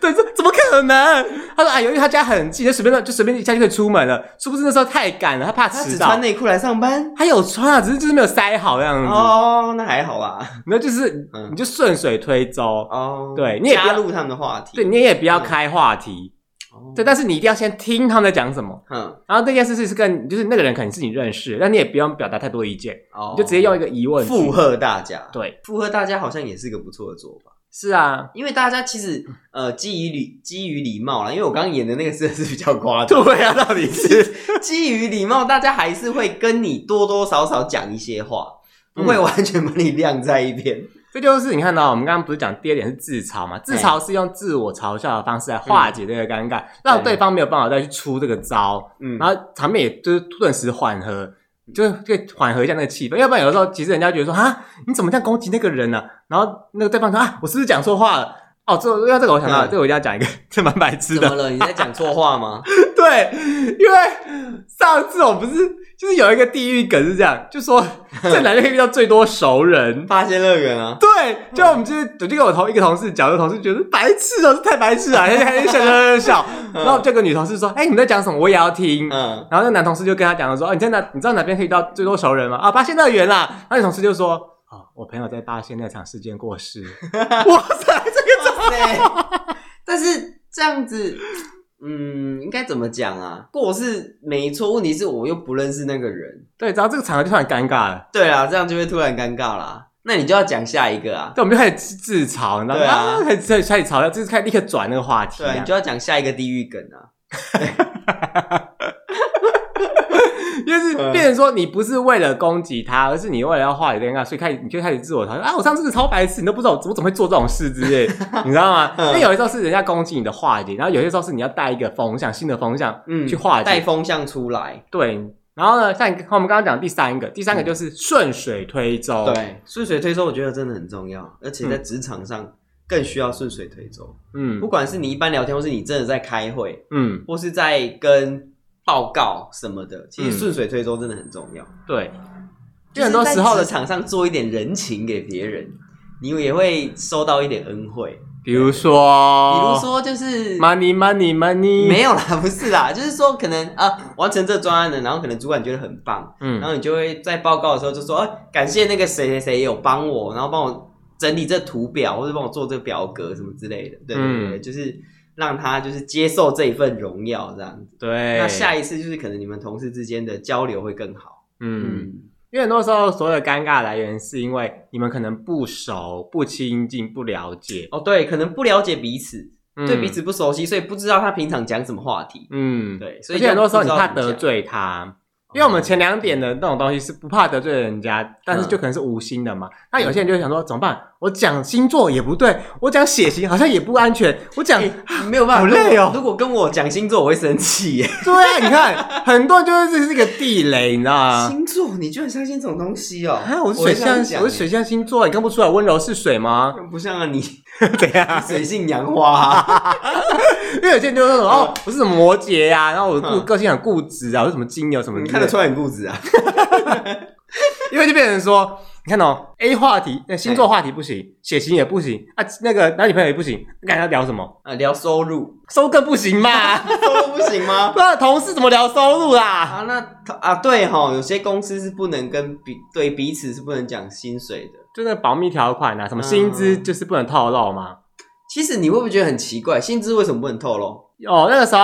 A: 对，这怎么可能？他说哎，由于他家很近，就随便乱就随便一下就可以出门了，殊不知那时候太赶了，他怕
B: 他
A: 迟
B: 只
A: 到
B: 穿。内裤来上班。
A: 他有穿啊，只是就是没有塞好这样子，
B: 哦，那还好啦。
A: 然后就是
B: 嗯
A: 你就顺水推舟，
B: 哦，嗯
A: 对你也不
B: 加
A: 要
B: 入他们的话题。
A: 对，你也不要开话题，
B: 哦
A: 对，，但是你一定要先听他们在讲什么。
B: 嗯，
A: 然后这件事是是跟就是那个人肯定是你认识的，但你也不用表达太多意见，
B: 哦
A: 你就直接用一个疑问句
B: 附和大家。
A: 对，
B: 附和大家好像也是个不错的做法。
A: 是啊，
B: 因为大家其实呃基于礼基于礼貌啦，因为我刚刚演的那个真的是比较夸张，
A: 对啊，到底是
B: 基于礼貌，大家还是会跟你多多少少讲一些话，
A: 嗯
B: 不会完全把你晾在一边。
A: 这就是你看到我们刚刚不是讲第二点是自嘲嘛？自嘲是用自我嘲笑的方式来化解这个尴尬，让对方没有办法再去出这个招，
B: 嗯，
A: 然后场面也就是顿时缓和，就是可以缓和一下那个气氛。要不然有时候其实人家觉得说啊，你怎么这样攻击那个人呢、然后那个对方说啊，我是不是讲错话了？哦，这要这个我想到了，
B: 嗯
A: 这个我一定要讲一个， 这蛮白痴
B: 怎
A: 的
B: 么。了？你在讲错话吗？
A: 对，因为上次我不是就是有一个地狱梗是这样，就 说在哪里可以遇到最多熟人。
B: 发现乐园啊，
A: 对，就我们就是，我就跟我同一个同事讲，有同事觉得白痴哦、这太白 痴了，还还笑笑笑笑。然后这个女同事说：“哎、你们在讲什么？我也要听。
B: 嗯，
A: 然后那男同事就跟他讲了说：“哦，你在哪？你知道哪边可以遇到最多熟人吗？啊，八仙乐园啦。”然后女同事就说：“哦，我朋友在八仙那场事件过世。” 哇塞， 这个
B: 哇塞！但是这样子，嗯，应该怎么讲啊？过是没错，问题是我又不认识那个人。
A: 对，然后这个场合就突然尴尬了，
B: 对啦，这样就会突然尴尬啦。那你就要讲下一个啊，
A: 对，我们就开始自嘲，你知道
B: 对
A: 吗？
B: 啊
A: 开始开始嘲笑，就是开始立刻转那个话题、
B: 对啊，你就要讲下一个地狱梗啊。
A: 就是
B: 嗯
A: 变成说你不是为了攻击他，而是你为了要化解尴尬，所以开始你就开始自我嘲笑啊，我上次是超白痴，你都不知道我怎么怎么会做这种事之类的， 你知道吗？因
B: 嗯
A: 为有些时候是人家攻击你的话题，然后有些时候是你要带一个风向，新的风向
B: 嗯，
A: 去化
B: 带
A: 解。
B: 风向出来。
A: 对，然后呢，像你我们刚刚讲第三个，第三个就是顺水推舟。，
B: 嗯对，顺水推舟，我觉得真的很重要，而且在职场上更需要顺水推舟。
A: 嗯
B: 不管是你一般聊天，或是你真的在开会，
A: 嗯，
B: 或是在跟报告什么的，其
A: 嗯
B: 实顺水推舟真的很重要。
A: 对，
B: 就
A: 就很多时候
B: 的
A: 的，
B: 场上做一点人情给别人，你也会收到一点恩惠。
A: 比如说，
B: 比如说就是。
A: money money money，
B: 没有啦， 不是啦，就是说可能啊，完成这专案了，然后可能主管觉得很棒，
A: 嗯
B: 然后你就会在报告的时候就说，啊、感谢那个谁谁谁有帮我，然后帮我整理这图表，或者帮我做这个表格什么之类的。对对对，
A: 嗯
B: 就是让他就是接受这一份荣耀这样子。
A: 对，
B: 那下一次就是可能你们同事之间的交流会更好。
A: 嗯。
B: 嗯，
A: 因为很多时候，所有的尴尬来源是因为你们可能不熟、不亲近、不了解，
B: 哦对，可能不了解彼此，
A: 嗯
B: 对彼，此不熟悉，所以不知道他平常讲什么话题。
A: 嗯，
B: 对，所
A: 而
B: 以
A: 且
B: 就
A: 很多时候
B: 不
A: 你
B: 知道
A: 怕
B: 怎么
A: 得
B: 讲，
A: 罪他，
B: 哦
A: 因为我们前两点的那种东西是不怕得罪人家，但
B: 嗯
A: 是就可能是无心的嘛。那有些人就会想说，怎么办？我讲星座也不对，我讲血型好像也不安全，我讲
B: 哎你没有办法
A: 好
B: 跟我，
A: 累哦
B: 如果跟我讲星座，我会生气耶。
A: 对啊，你看很多人就是这是一个地雷，你知道吗？
B: 星座，你居然相信这种东西哦？
A: 啊，我是水
B: 这样
A: 象，
B: 讲
A: 我是水象星座，你看不出来温柔是水吗？
B: 耶，不像啊你，
A: 对呀，
B: 水性杨花、啊，
A: 因为有些人就说什么哦，我是什么摩羯呀、然后我固
B: 嗯
A: 个性很固执啊，我是什么金牛什么之类 的，
B: 你看得出来很固 执啊？
A: 因为就变成说，你看哦，A 话题，那星座话题不行，血型也不行啊，那个男女朋友也不行，那要聊什么？
B: 啊，聊收入，
A: 收更不行嘛，
B: 收入不行吗？
A: 不然同事怎么聊收入啦？
B: 啊，那啊，对哈、有些公司是不能跟彼对彼此是不能讲薪水的。
A: 就那个保密条款啊，什么薪资
B: 嗯
A: 就是不能透露嘛。
B: 其实你会不会觉得很奇怪，薪资为什么不能透露？
A: 哦，那个时候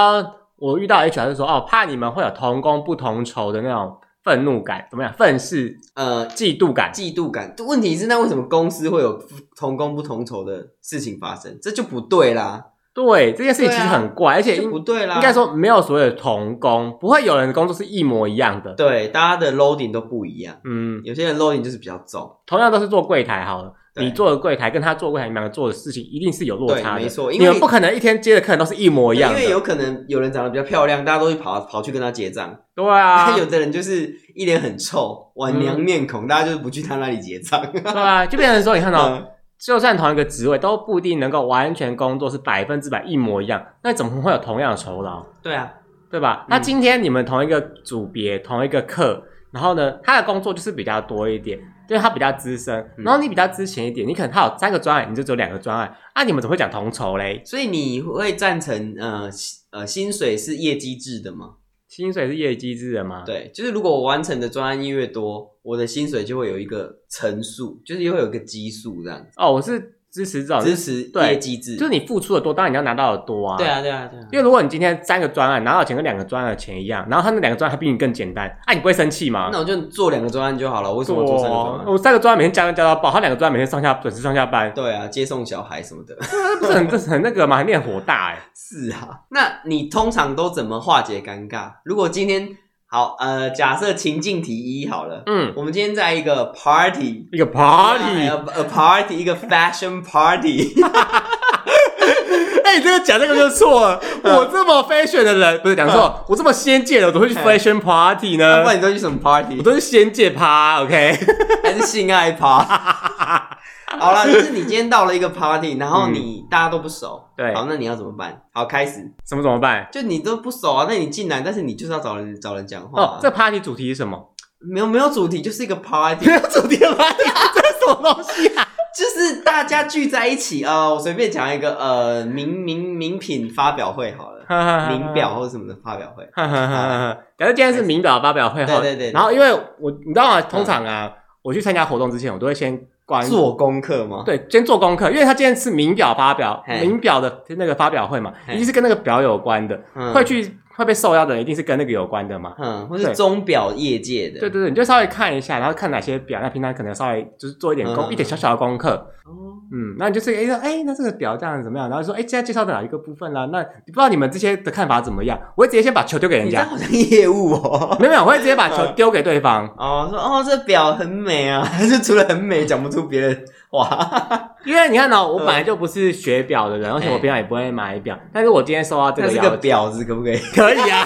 A: 我遇到 HR 就说，哦，怕你们会有同工不同酬的那种愤怒感，怎么样？愤世、
B: 呃，
A: 嫉妒感，
B: 嫉妒感。
A: 嗯
B: 问题是，那为什么公司会有同工不同酬的事情发生？这就不对啦，
A: 对这件事情其实
B: 对啊
A: 很怪，而且
B: 就
A: 因
B: 不对啦。
A: 应该说没有所谓的同工，不会有人的工作是一模一样的。
B: 对，大家的 loading 都不一样，
A: 嗯，
B: 有些人 loading 就是比较重。
A: 同样都是做柜台好了，
B: 对
A: 你做的柜台跟他做柜台，你们两个做的事情一定是有落
B: 对
A: 差，的。
B: 没错，因
A: 你
B: 为
A: 们不可能一天接的客人都是一模一样
B: 因
A: 的。
B: 为有可能有人长得比较漂亮，大家都会跑跑去跟他结账。
A: 对啊嗯
B: 那， 有的人就是一脸很臭，晚娘面孔，大家就是不去他那里结账。
A: 对啊，就变成说，你看到、
B: 嗯
A: 就算同一个职位，都不一定能够完全工作是百分之百一模一样，那怎么会有同样的酬劳？
B: 对啊，
A: 对吧？那今天你们同一个组别、同一个课，然后呢，他的工作就是比较多一点，因为他比较资深，
B: 嗯
A: 然后你比较之前一点，你可能他有三个专案，你就只有两个专案，啊，你们怎么会讲同酬嘞？
B: 所以你会赞成呃薪呃薪水是业绩制的吗？
A: 薪水是业绩制的吗？，
B: 对，就是如果我完成的专案越多，我的薪水就会有一个乘数，就是会有一个基数这样子。
A: 哦，我是支持这种，
B: 支持
A: 对
B: 业绩制
A: 就。是你付出的多，当然你要拿到的多啊。
B: 对。啊，对啊，对啊。
A: 因为如果你今天三个专案拿到钱跟两个专案的钱一样，然后他那两个专案还比你更简单，啊，你不会生气吗？
B: 那我就做两个专案就好了，为什么做三个专
A: 我
B: 案？
A: 我三个专案每天加班加到爆，他两个专案每天上下准时上下班，
B: 对啊，接送小孩什么的。
A: 那不是很这是很那个吗？还念火大哎、
B: 是啊，那你通常都怎么化解尴尬？如果今天好，呃，假设情境题一好了，
A: 嗯，
B: 我们今天在一个 party。
A: 一个 party，
B: a, a party，一个 fashion party，
A: 哎、你这个讲这个就错 了。
B: 嗯
A: 我这么 fashion 的人，不是讲错，我这么仙界的，我怎么会去 fashion party
B: 嗯啊
A: 呢？
B: 不然你都去什么 party？
A: 呃我都是仙界趴，OK？
B: 还是性爱趴？好了，就是你今天到了一个 party，然后你大家都不熟，
A: 嗯对
B: 好，那你要怎么办？好，开始，
A: 什么怎么办？
B: 就你都不熟啊，那你进来，但是你就是要找人找人讲话、啊
A: 哦，这 party 主题是什 么？
B: 没有没有主题，就是一个 party，
A: 没有主题的 party，这是什么东西啊？
B: 就是大家聚在一起啊、呃我随便讲一个呃名名名品发表会好了，
A: 啊
B: 名表。或者什么的发表会，
A: 哈哈哈！假设今天是名表发表会后，
B: 对对对对
A: 然后因为我你知道吗？通常啊，我去参加活动之前，我都会先关
B: 做功课吗？
A: 对，先做功课，因为他今天是名表发表，
B: 嘿
A: 名表的那个发表会嘛，
B: 嘿
A: 一定是跟那个表有关的。
B: 嗯
A: 会去会被受邀的人，一定是跟那个有关的嘛。
B: 嗯，或
A: 对
B: 是钟表业界的，
A: 对对对，你就稍微看一下，然后看哪些表，那平常可能稍微就是做一点功、
B: 嗯
A: 一点小小的功课，
B: 哦，
A: 嗯，那你就是哎说哎，那这个表这样怎么样？然后说哎，现在介绍的哪一个部分啦、啊那不知道你们这些的看法怎么样？我会直接先把球丢给人
B: 你这样
A: 家，
B: 好像业务哦。
A: 没有没有，我会直接把球丢给对方，
B: 哦，说哦，这表很美啊， 就除了很美，讲不出别的 哇。
A: 因为你看呢、哦我本
B: 嗯
A: 来就不是学表的人，而且我平常也不会买表，但是我今天收到这
B: 那
A: 个
B: 是
A: 邀
B: 个
A: 请
B: 婊子， 可不可以？
A: 可以啊。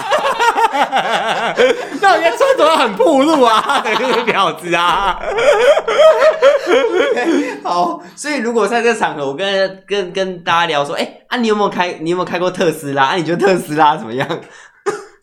A: 那我觉得穿着很暴露啊，对，就是婊子啊。
B: 好，所以如果在这个场合，我跟跟跟大家聊说，哎、啊，你有没有开，你有没有开过特斯拉？啊，你觉得特斯拉怎么样？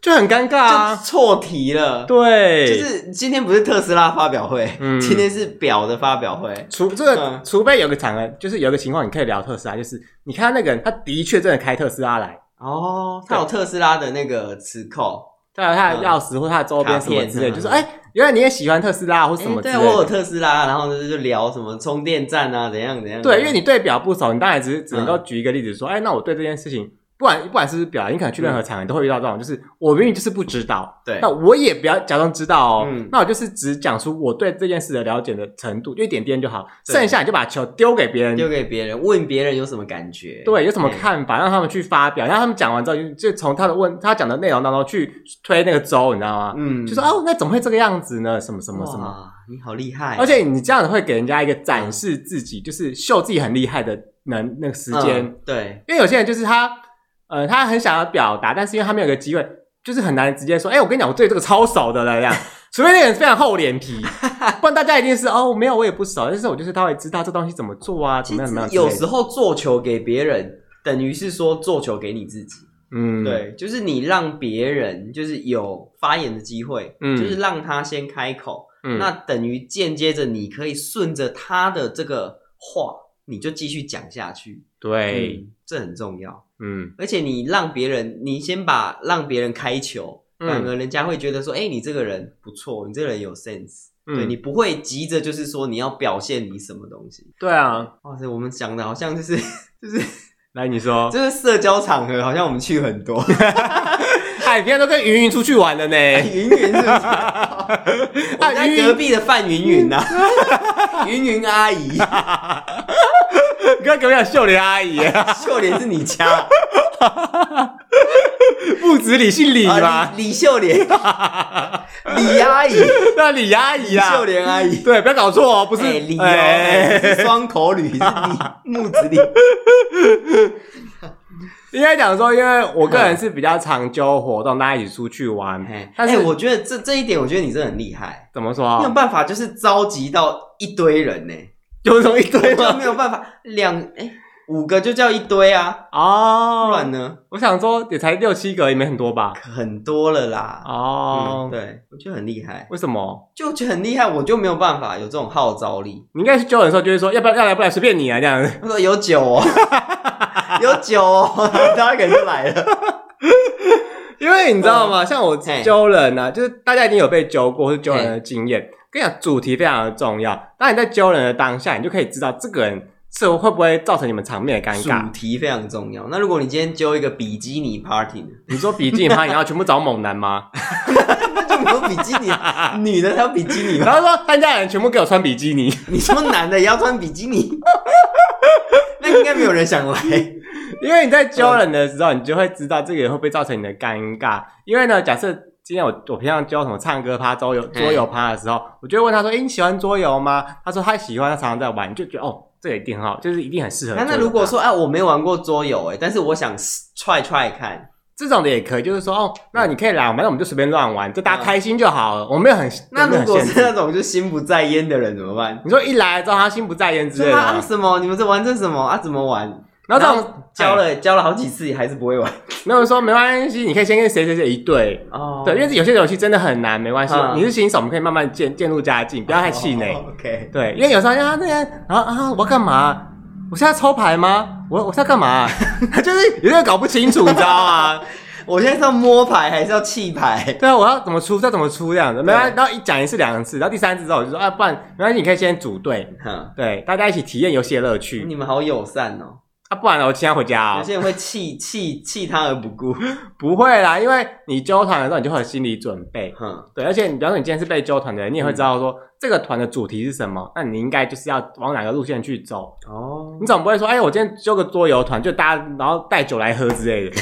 A: 就很尴尬
B: 就
A: 啊。
B: 错题了。
A: 对，
B: 就是今天不是特斯拉发表会，
A: 嗯
B: 今天是表的发表会。
A: 除这个，
B: 嗯
A: 除非有个场合，就是有个情况，你可以聊特斯拉，就是你看到那个人，他的确真的开特斯拉来，
B: 哦，它有特斯拉的那个磁扣，
A: 对啊，他的
B: 嗯
A: 钥匙或他的周边
B: 卡
A: 什么
B: 片
A: 之类，
B: 嗯
A: 就说哎、原来你也喜欢特斯拉或什么
B: 诶
A: 之
B: 对
A: 类
B: 我有
A: 的。
B: 特斯拉，然后就是就聊什么充电站啊，怎样怎样。
A: 对，因为你对表不熟，你当然只是只能够
B: 嗯
A: 举一个例子说，哎、那我对这件事情。不管不管是不是表，你可能去任何场合你都会遇到这种，就是我明明就是不知道，
B: 对
A: 那我也不要假装知道哦，
B: 嗯
A: 那我就是只讲出我对这件事的了解的程度，就一点点就好，
B: 对
A: 剩下你就把球丢给别人，
B: 丢给别人，问别人有什么感觉？哎
A: 对，有什么
B: 诶
A: 看法，让他们去发表，让他们讲完之后，就就从他的问他讲的内容当中去推那个州，你知道吗？
B: 嗯，
A: 就说哦，那怎么会这个样子呢？什么什么什么？
B: 哇，你好厉害！
A: 而且你这样会给人家一个展示自己，就是秀自己很厉害的能那个时间，
B: 嗯对，
A: 因为有些人就是他，呃，他很想要表达，但是因为他没有个机会，就是很难直接说，哎、我跟你讲，我对这个超熟的了，这样。除非那个人非常厚脸 皮，不然大家一定是哦，没有，我也不熟，但是我就是他会知道这东西怎么做啊，怎
B: 其
A: 么样怎么样
B: 实
A: 之类的。
B: 有时候做球给别人，等于是说做球给你自己。
A: 嗯，，
B: 对，就是你让别人就是有发言的机会，
A: 嗯
B: 就是让他先开口，
A: 嗯，
B: 那等于间接着你可以顺着他的这个话，你就继续讲下去。
A: 对，
B: 嗯，这很重要。
A: 嗯
B: 而且你让别人，你先把让别人开球，
A: 嗯
B: 反而人家会觉得说，哎、你这个人不错，你这个人有 sense。
A: 嗯
B: 对你不会急着就是说你要表现你什么东西。
A: 对啊，
B: 哇塞，我们讲的好像就是就是
A: 来你说，
B: 就是社交场合，好像我们去很多，
A: 哎，平常都跟云云出去玩了呢，
B: 云云是 不是？哎我
A: 啊，
B: 在
A: 云
B: 隔
A: 云，
B: 壁的范云 云呐、云云阿姨，
A: 你看隔壁有秀莲阿姨，啊
B: 秀莲是 你家
A: 不止李姓李
B: 啊
A: 嘛，
B: 李李 秀莲，李阿姨，
A: 那李阿姨
B: 李
A: 啊
B: 秀，莲阿姨，
A: 对，不要搞错哦，不
B: 不
A: 是
B: 李哦，哎
A: 哎
B: 不是双口吕，是李木子李，
A: 应该讲说，因为我个
B: 嗯
A: 人是比较常揪活动，大家一起出去玩
B: 哎，
A: 但是
B: 哎我觉得这这一点，我觉得你真的很厉害，
A: 怎么
B: 没有
A: 说，啊
B: 办法，就是召集到一堆 人呢、
A: 有这么一堆
B: 我就
A: 吗？
B: 没有办法，两哎、五个就叫一堆啊，不
A: 哦
B: 然，呢
A: 我想说也才六七个，也没很多吧？
B: 很多了啦。
A: 哦
B: 嗯，，对，我觉得很厉害，
A: 为什么？
B: 就觉得很厉害，我就没有办法有这种号召力。
A: 你应该去揪人的时候就会说，要不要要来不来随便你啊这样子。
B: 他说有 酒哦，有酒哦，大家可能就来了。
A: 因为你知道
B: 嗯
A: 吗？像我揪人呢、啊，就是大家一定有被揪过，或是揪人的经验。跟你讲，主题非常的重要。当你在揪人的当下，你就可以知道这个人这会不会造成你们场面的尴尬
B: 主？题非常重要。那如果你今天揪一个比基尼 party 呢？
A: 你说比基尼趴，你要全部找猛男 吗？
B: 那就没有比 基尼，女的才有比基尼吗？
A: 然后说参加的人全部给我穿比基尼，
B: 你说男的也要穿比 基尼，那应该没有人想来。
A: 因为你在揪人的时候，你就会知道这个会不会造成你的尴尬。因为呢，假设今天我我平常揪什么唱歌趴、桌游桌游趴的时候，我就会问他说：“诶，你喜欢桌游吗？”他说他喜欢，他常常在玩，你就觉得哦，这个一定很好，就是一定很适合
B: 那
A: 桌游趴。
B: 那如果说，哎、我没玩过桌游，哎，但是我想试踹踹看，
A: 这种的也可以，就是说哦，
B: 嗯
A: 那你可以来，反正我们就随便乱玩，就大家开心就好了。我没有很
B: 那
A: 我没有很
B: 如果
A: 限
B: 是
A: 制
B: 那种就心不在焉的人怎么办？
A: 你说一来之后他心不在焉之类
B: 说
A: 的
B: 啊
A: 吗，
B: 什么？你们这玩这什么啊？怎么玩？
A: 然后这
B: 然
A: 种
B: 教
A: 哎
B: 了教了好几次，还是不会玩。
A: 没有说没关系，你可以先跟谁谁谁一对，
B: 哦
A: 对，因为有些游戏真的很难，没关系，
B: 嗯
A: 你是新手，我们可以慢慢渐渐入佳境，不要太气馁。
B: 哦 OK，
A: 对，因为有时候啊，那些啊啊，我要干嘛？我现在抽牌吗？我我是要干嘛？ 就是有点搞不清楚，你知道吗？
B: 我现在是要摸牌还是要弃牌？
A: 对啊，我要怎么出，再怎么出这样子，没关系。然后一讲一次、两次，然后第三次之后我就说啊，不然没关系，你可以先组队，
B: 哼，
A: 对，大家一起体验游戏的乐趣
B: 你们好友善哦。
A: 啊，不然呢我现在回家啊、
B: 嗯有些人会弃弃弃他而不顾。
A: 不会啦，因为你纠团的时候，你就会有心理准备，
B: 哼，
A: 对，而且你比方说你今天是被揪团的人，你也会知道说、
B: 嗯
A: 这个团的主题是什么，那你应该就是要往哪个路线去走。
B: 哦，
A: 你总不会说，哎，我今天揪个桌游团，就大家然后带酒来喝之 类的，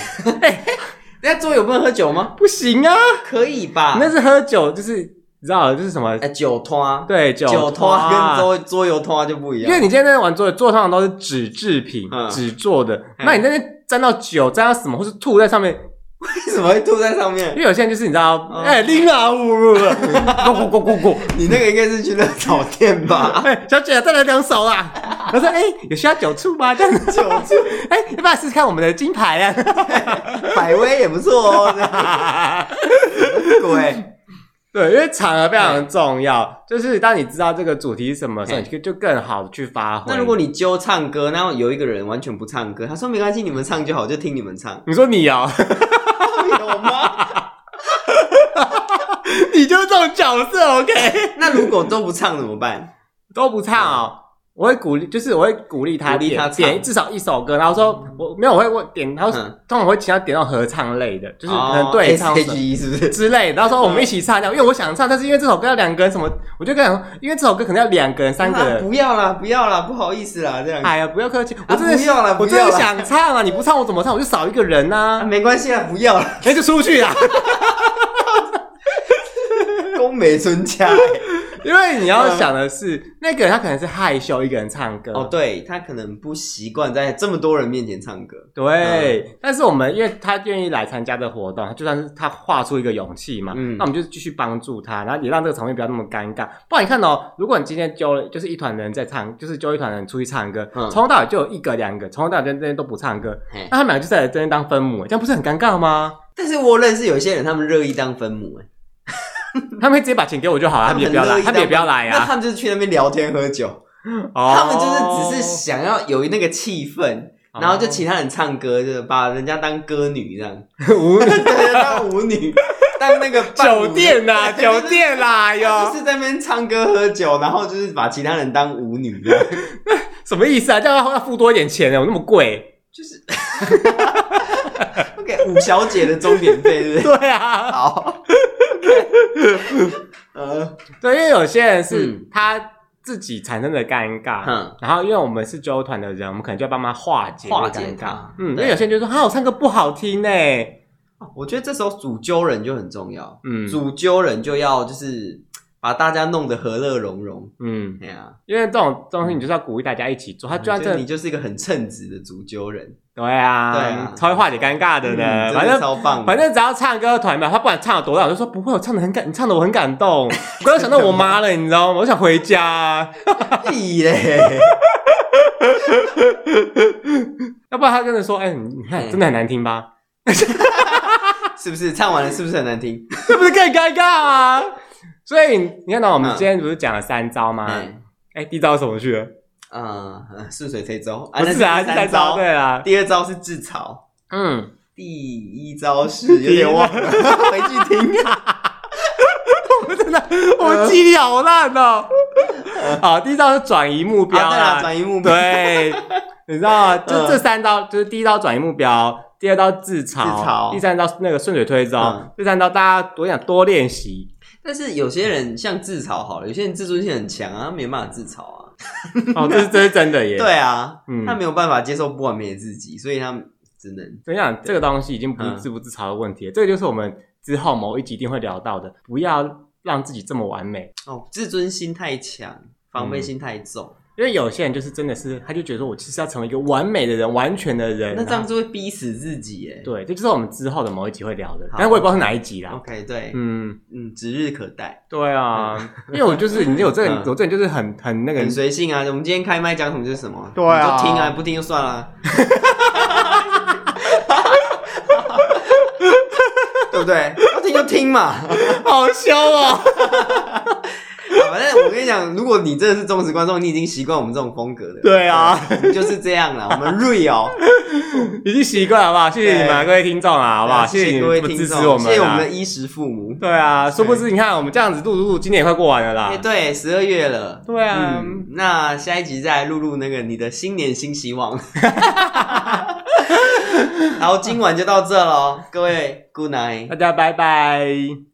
B: 那桌游不能喝酒吗？
A: 不行啊，
B: 可以吧？
A: 那是喝酒，就是你知道就是什么，
B: 哎，酒托，
A: 对，酒
B: 酒托
A: 托啊
B: 跟桌桌游托啊就不一
A: 因为
B: 样。
A: 你今天在玩桌游，桌上都是纸制品、
B: 嗯
A: 纸做的，那你在那边沾到酒、沾到什么，或是吐在上面，
B: 为什么会吐在上面
A: 因？为有些人就是你知道，
B: 嗯
A: 哎、拎啊，呜呜呜，咕咕咕咕咕。
B: 你那个应该是去热炒店 吧？
A: 哎、小姐，再来两手啦！我说，哎、有需要酒醋吗？这样子，
B: 酒醋
A: 哎、要不要试试看我们的金牌
B: 百威也不错哦，这样
A: 啊？
B: 对，
A: 对，因为场合非常重要，就是当你知道这个主题是什么时候，你就就更好去发挥。。
B: 那如果你揪唱歌，然后有一个人完全不唱歌，他说没关系，你们唱就好，就听你们唱
A: 你说你哦，
B: 有吗？
A: 你就是这种角色，OK？
B: 那如果都不唱怎么办？
A: 都不唱哦。我会鼓励，就是我会鼓励他
B: 鼓励
A: 点
B: 他唱
A: 点至少一首歌，然后说我没有，我会我点，他、
B: 嗯
A: 通常会请他点到合唱类的，就
B: 就是
A: 可能对唱什么
B: H E 是不是？
A: 之类的，然后说我们一起唱这样，因为我想唱，但是因为这首歌要两个人什么，我就跟他讲，因为这首歌可能要两个人、三个
B: 啊
A: 人。
B: 不要啦，不要啦，不好意思啦，这样。
A: 哎呀，不要客气，我真的
B: 不要了
A: 我
B: 不
A: 真
B: 要
A: 的
B: 了
A: 想唱啊！你不唱我怎么唱？我就少一个人
B: 啊，
A: 呐，
B: 没关系啦，不要啦，
A: 那就出去啊！
B: 宫美春家、欸
A: 因为你要想的是，那个人他可能是害羞一个人唱歌，
B: 哦，对他可能不习惯在这么多人面前唱歌。嗯
A: 对。但是我们因为他愿意来参加这活动，就算是他画出一个勇气嘛，
B: 嗯
A: 那我们就继续帮助他，然后也让这个场面不要那么尴尬。不然你看哦，如果你今天揪了就是一团人在唱，就是揪一团人出去唱歌，
B: 嗯
A: 从头到尾就有一个两个，从头到尾在那边都不唱歌，
B: 嘿
A: 那他们两个就在这边当分母，这样不是很尴尬吗？
B: 但是我认识有一些人，他们乐意当分母、欸，
A: 他们会直接把钱给我就好了，他们也
B: 很
A: 不要
B: 乐
A: 来，
B: 意当
A: 他们也不要来
B: 那
A: 啊。
B: 他们就是去那边聊天喝酒，
A: 哦
B: 他们就是只是想要有那个气氛。
A: 哦
B: 然后就请他人唱歌，就是把人家当歌女 这样，
A: 无
B: 对，当舞女，当那个伴舞
A: 酒店呐、
B: 对对
A: 酒店哎啦
B: 就
A: 哟，
B: 是在那边唱歌喝酒，然后就是把其他人当舞女这样。
A: 什么意思啊？这样要要付多一点钱呢？啊我那么贵？
B: OK，舞小姐的钟点费 对不对？
A: 对啊，
B: 好， 呃，
A: 对，因为有些人是
B: 嗯
A: 他自己产生的尴尬，
B: 嗯
A: 然后因为我们是纠团的人，我们可能就要帮他化解
B: 化
A: 这个
B: 解
A: 尴尬
B: 它。
A: 嗯，因
B: 对
A: 为有些人就说哈，我唱歌不好听呢。
B: 我觉得这时候主揪人就很重要，
A: 嗯
B: 主揪人就要就是把大家弄得和乐融融。
A: 嗯，
B: 哎呀、
A: 因为这种东西你就是要鼓励大家一起做，他就算
B: 就
A: 这
B: 嗯你就是一个很称职的主揪人，
A: 对啊，
B: 对啊
A: 超会化解尴尬的呢。
B: 嗯
A: 反
B: 真的
A: 正
B: 超棒的，
A: 反正只要唱歌团嘛，他不管唱了多大，我就说不会，我唱的很感，你唱的我很感 动。我刚刚想到我妈了，你知道吗？我想回家，
B: 屁嘞，
A: 要不然他真的说，哎、你你看
B: 嗯
A: 真的很难听吧？
B: 是不是？唱完了是不是很难听？
A: 这不是更尴尬啊？所以你看到我们
B: 嗯
A: 今天不是讲了三招吗？哎、
B: 嗯
A: 第一招是什么去了？
B: 嗯，呃顺水推舟，
A: 不是啊，
B: 那
A: 是
B: 第三
A: 三招，对啦。
B: 第二招是自嘲，
A: 嗯，
B: 第一招是有点 忘了，回去听。
A: 我真的我记忆力好烂哦。 好，第一招是转移目标
B: 啊，对了，
A: 啦，
B: 转移目标，
A: 对，你知道吗？就
B: 嗯
A: 这三招，就是第一招转移目标，第二招自嘲，
B: 自嘲
A: 第三招是那个顺水推舟，
B: 嗯
A: 第三招大家我想多练习。
B: 但是有些人像自嘲好了，有些人自尊心很强啊，他没办法自嘲啊。
A: 哦，这是这是真的耶。，
B: 对啊，
A: 嗯
B: 他没有办法接受不完美的自己，所以他只能
A: 我想这个东西已经不是
B: 嗯
A: 自不自嘲的问题了，这个就是我们之后某一集一定会聊到的，不要让自己这么完美，
B: 哦，自尊心太强，防
A: 嗯
B: 备心太重，
A: 因为有些人就是真的是，他就觉得说我其实要成为一个完美的人，完全的人。
B: 那这
A: 然
B: 样
A: 后
B: 就会逼死自己耶。
A: 对，这就是我们之后的某一集会聊的，
B: 好
A: 但我也不知道是哪一集啦。
B: ，OK，对，
A: 嗯，
B: 嗯，指日可待，
A: 对啊， 因为我就是你知道我这个
B: 嗯
A: 我这人就是很很那个
B: 很随性啊。我们今天开麦讲什么就是什么，
A: 嗯对啊
B: 你就听啊，不听就 算了，对不对？要听就听嘛。
A: 好凶哦。
B: 反正我跟你讲，如果你真的是忠实观众，你已经习惯我们这种风格的，
A: 对啊，
B: 对，就是这样啦。我们哦 real，
A: 已经习惯了好不好？谢谢你们
B: 对
A: 各位听众啊， 好不好？
B: 谢
A: 谢你
B: 各位
A: 们这么
B: 听
A: 支
B: 众，
A: 持我们啊，
B: 谢谢我们的衣食父母。
A: 对啊，殊不知你看我们这样子录录录，今年也快过完了
B: 哎、
A: 啦。
B: 对，十二月了。
A: 对啊，
B: 嗯，那下一集再来录录那个你的新年新希 望。好，今晚就到这喽，各位，Good night
A: 大。家拜拜。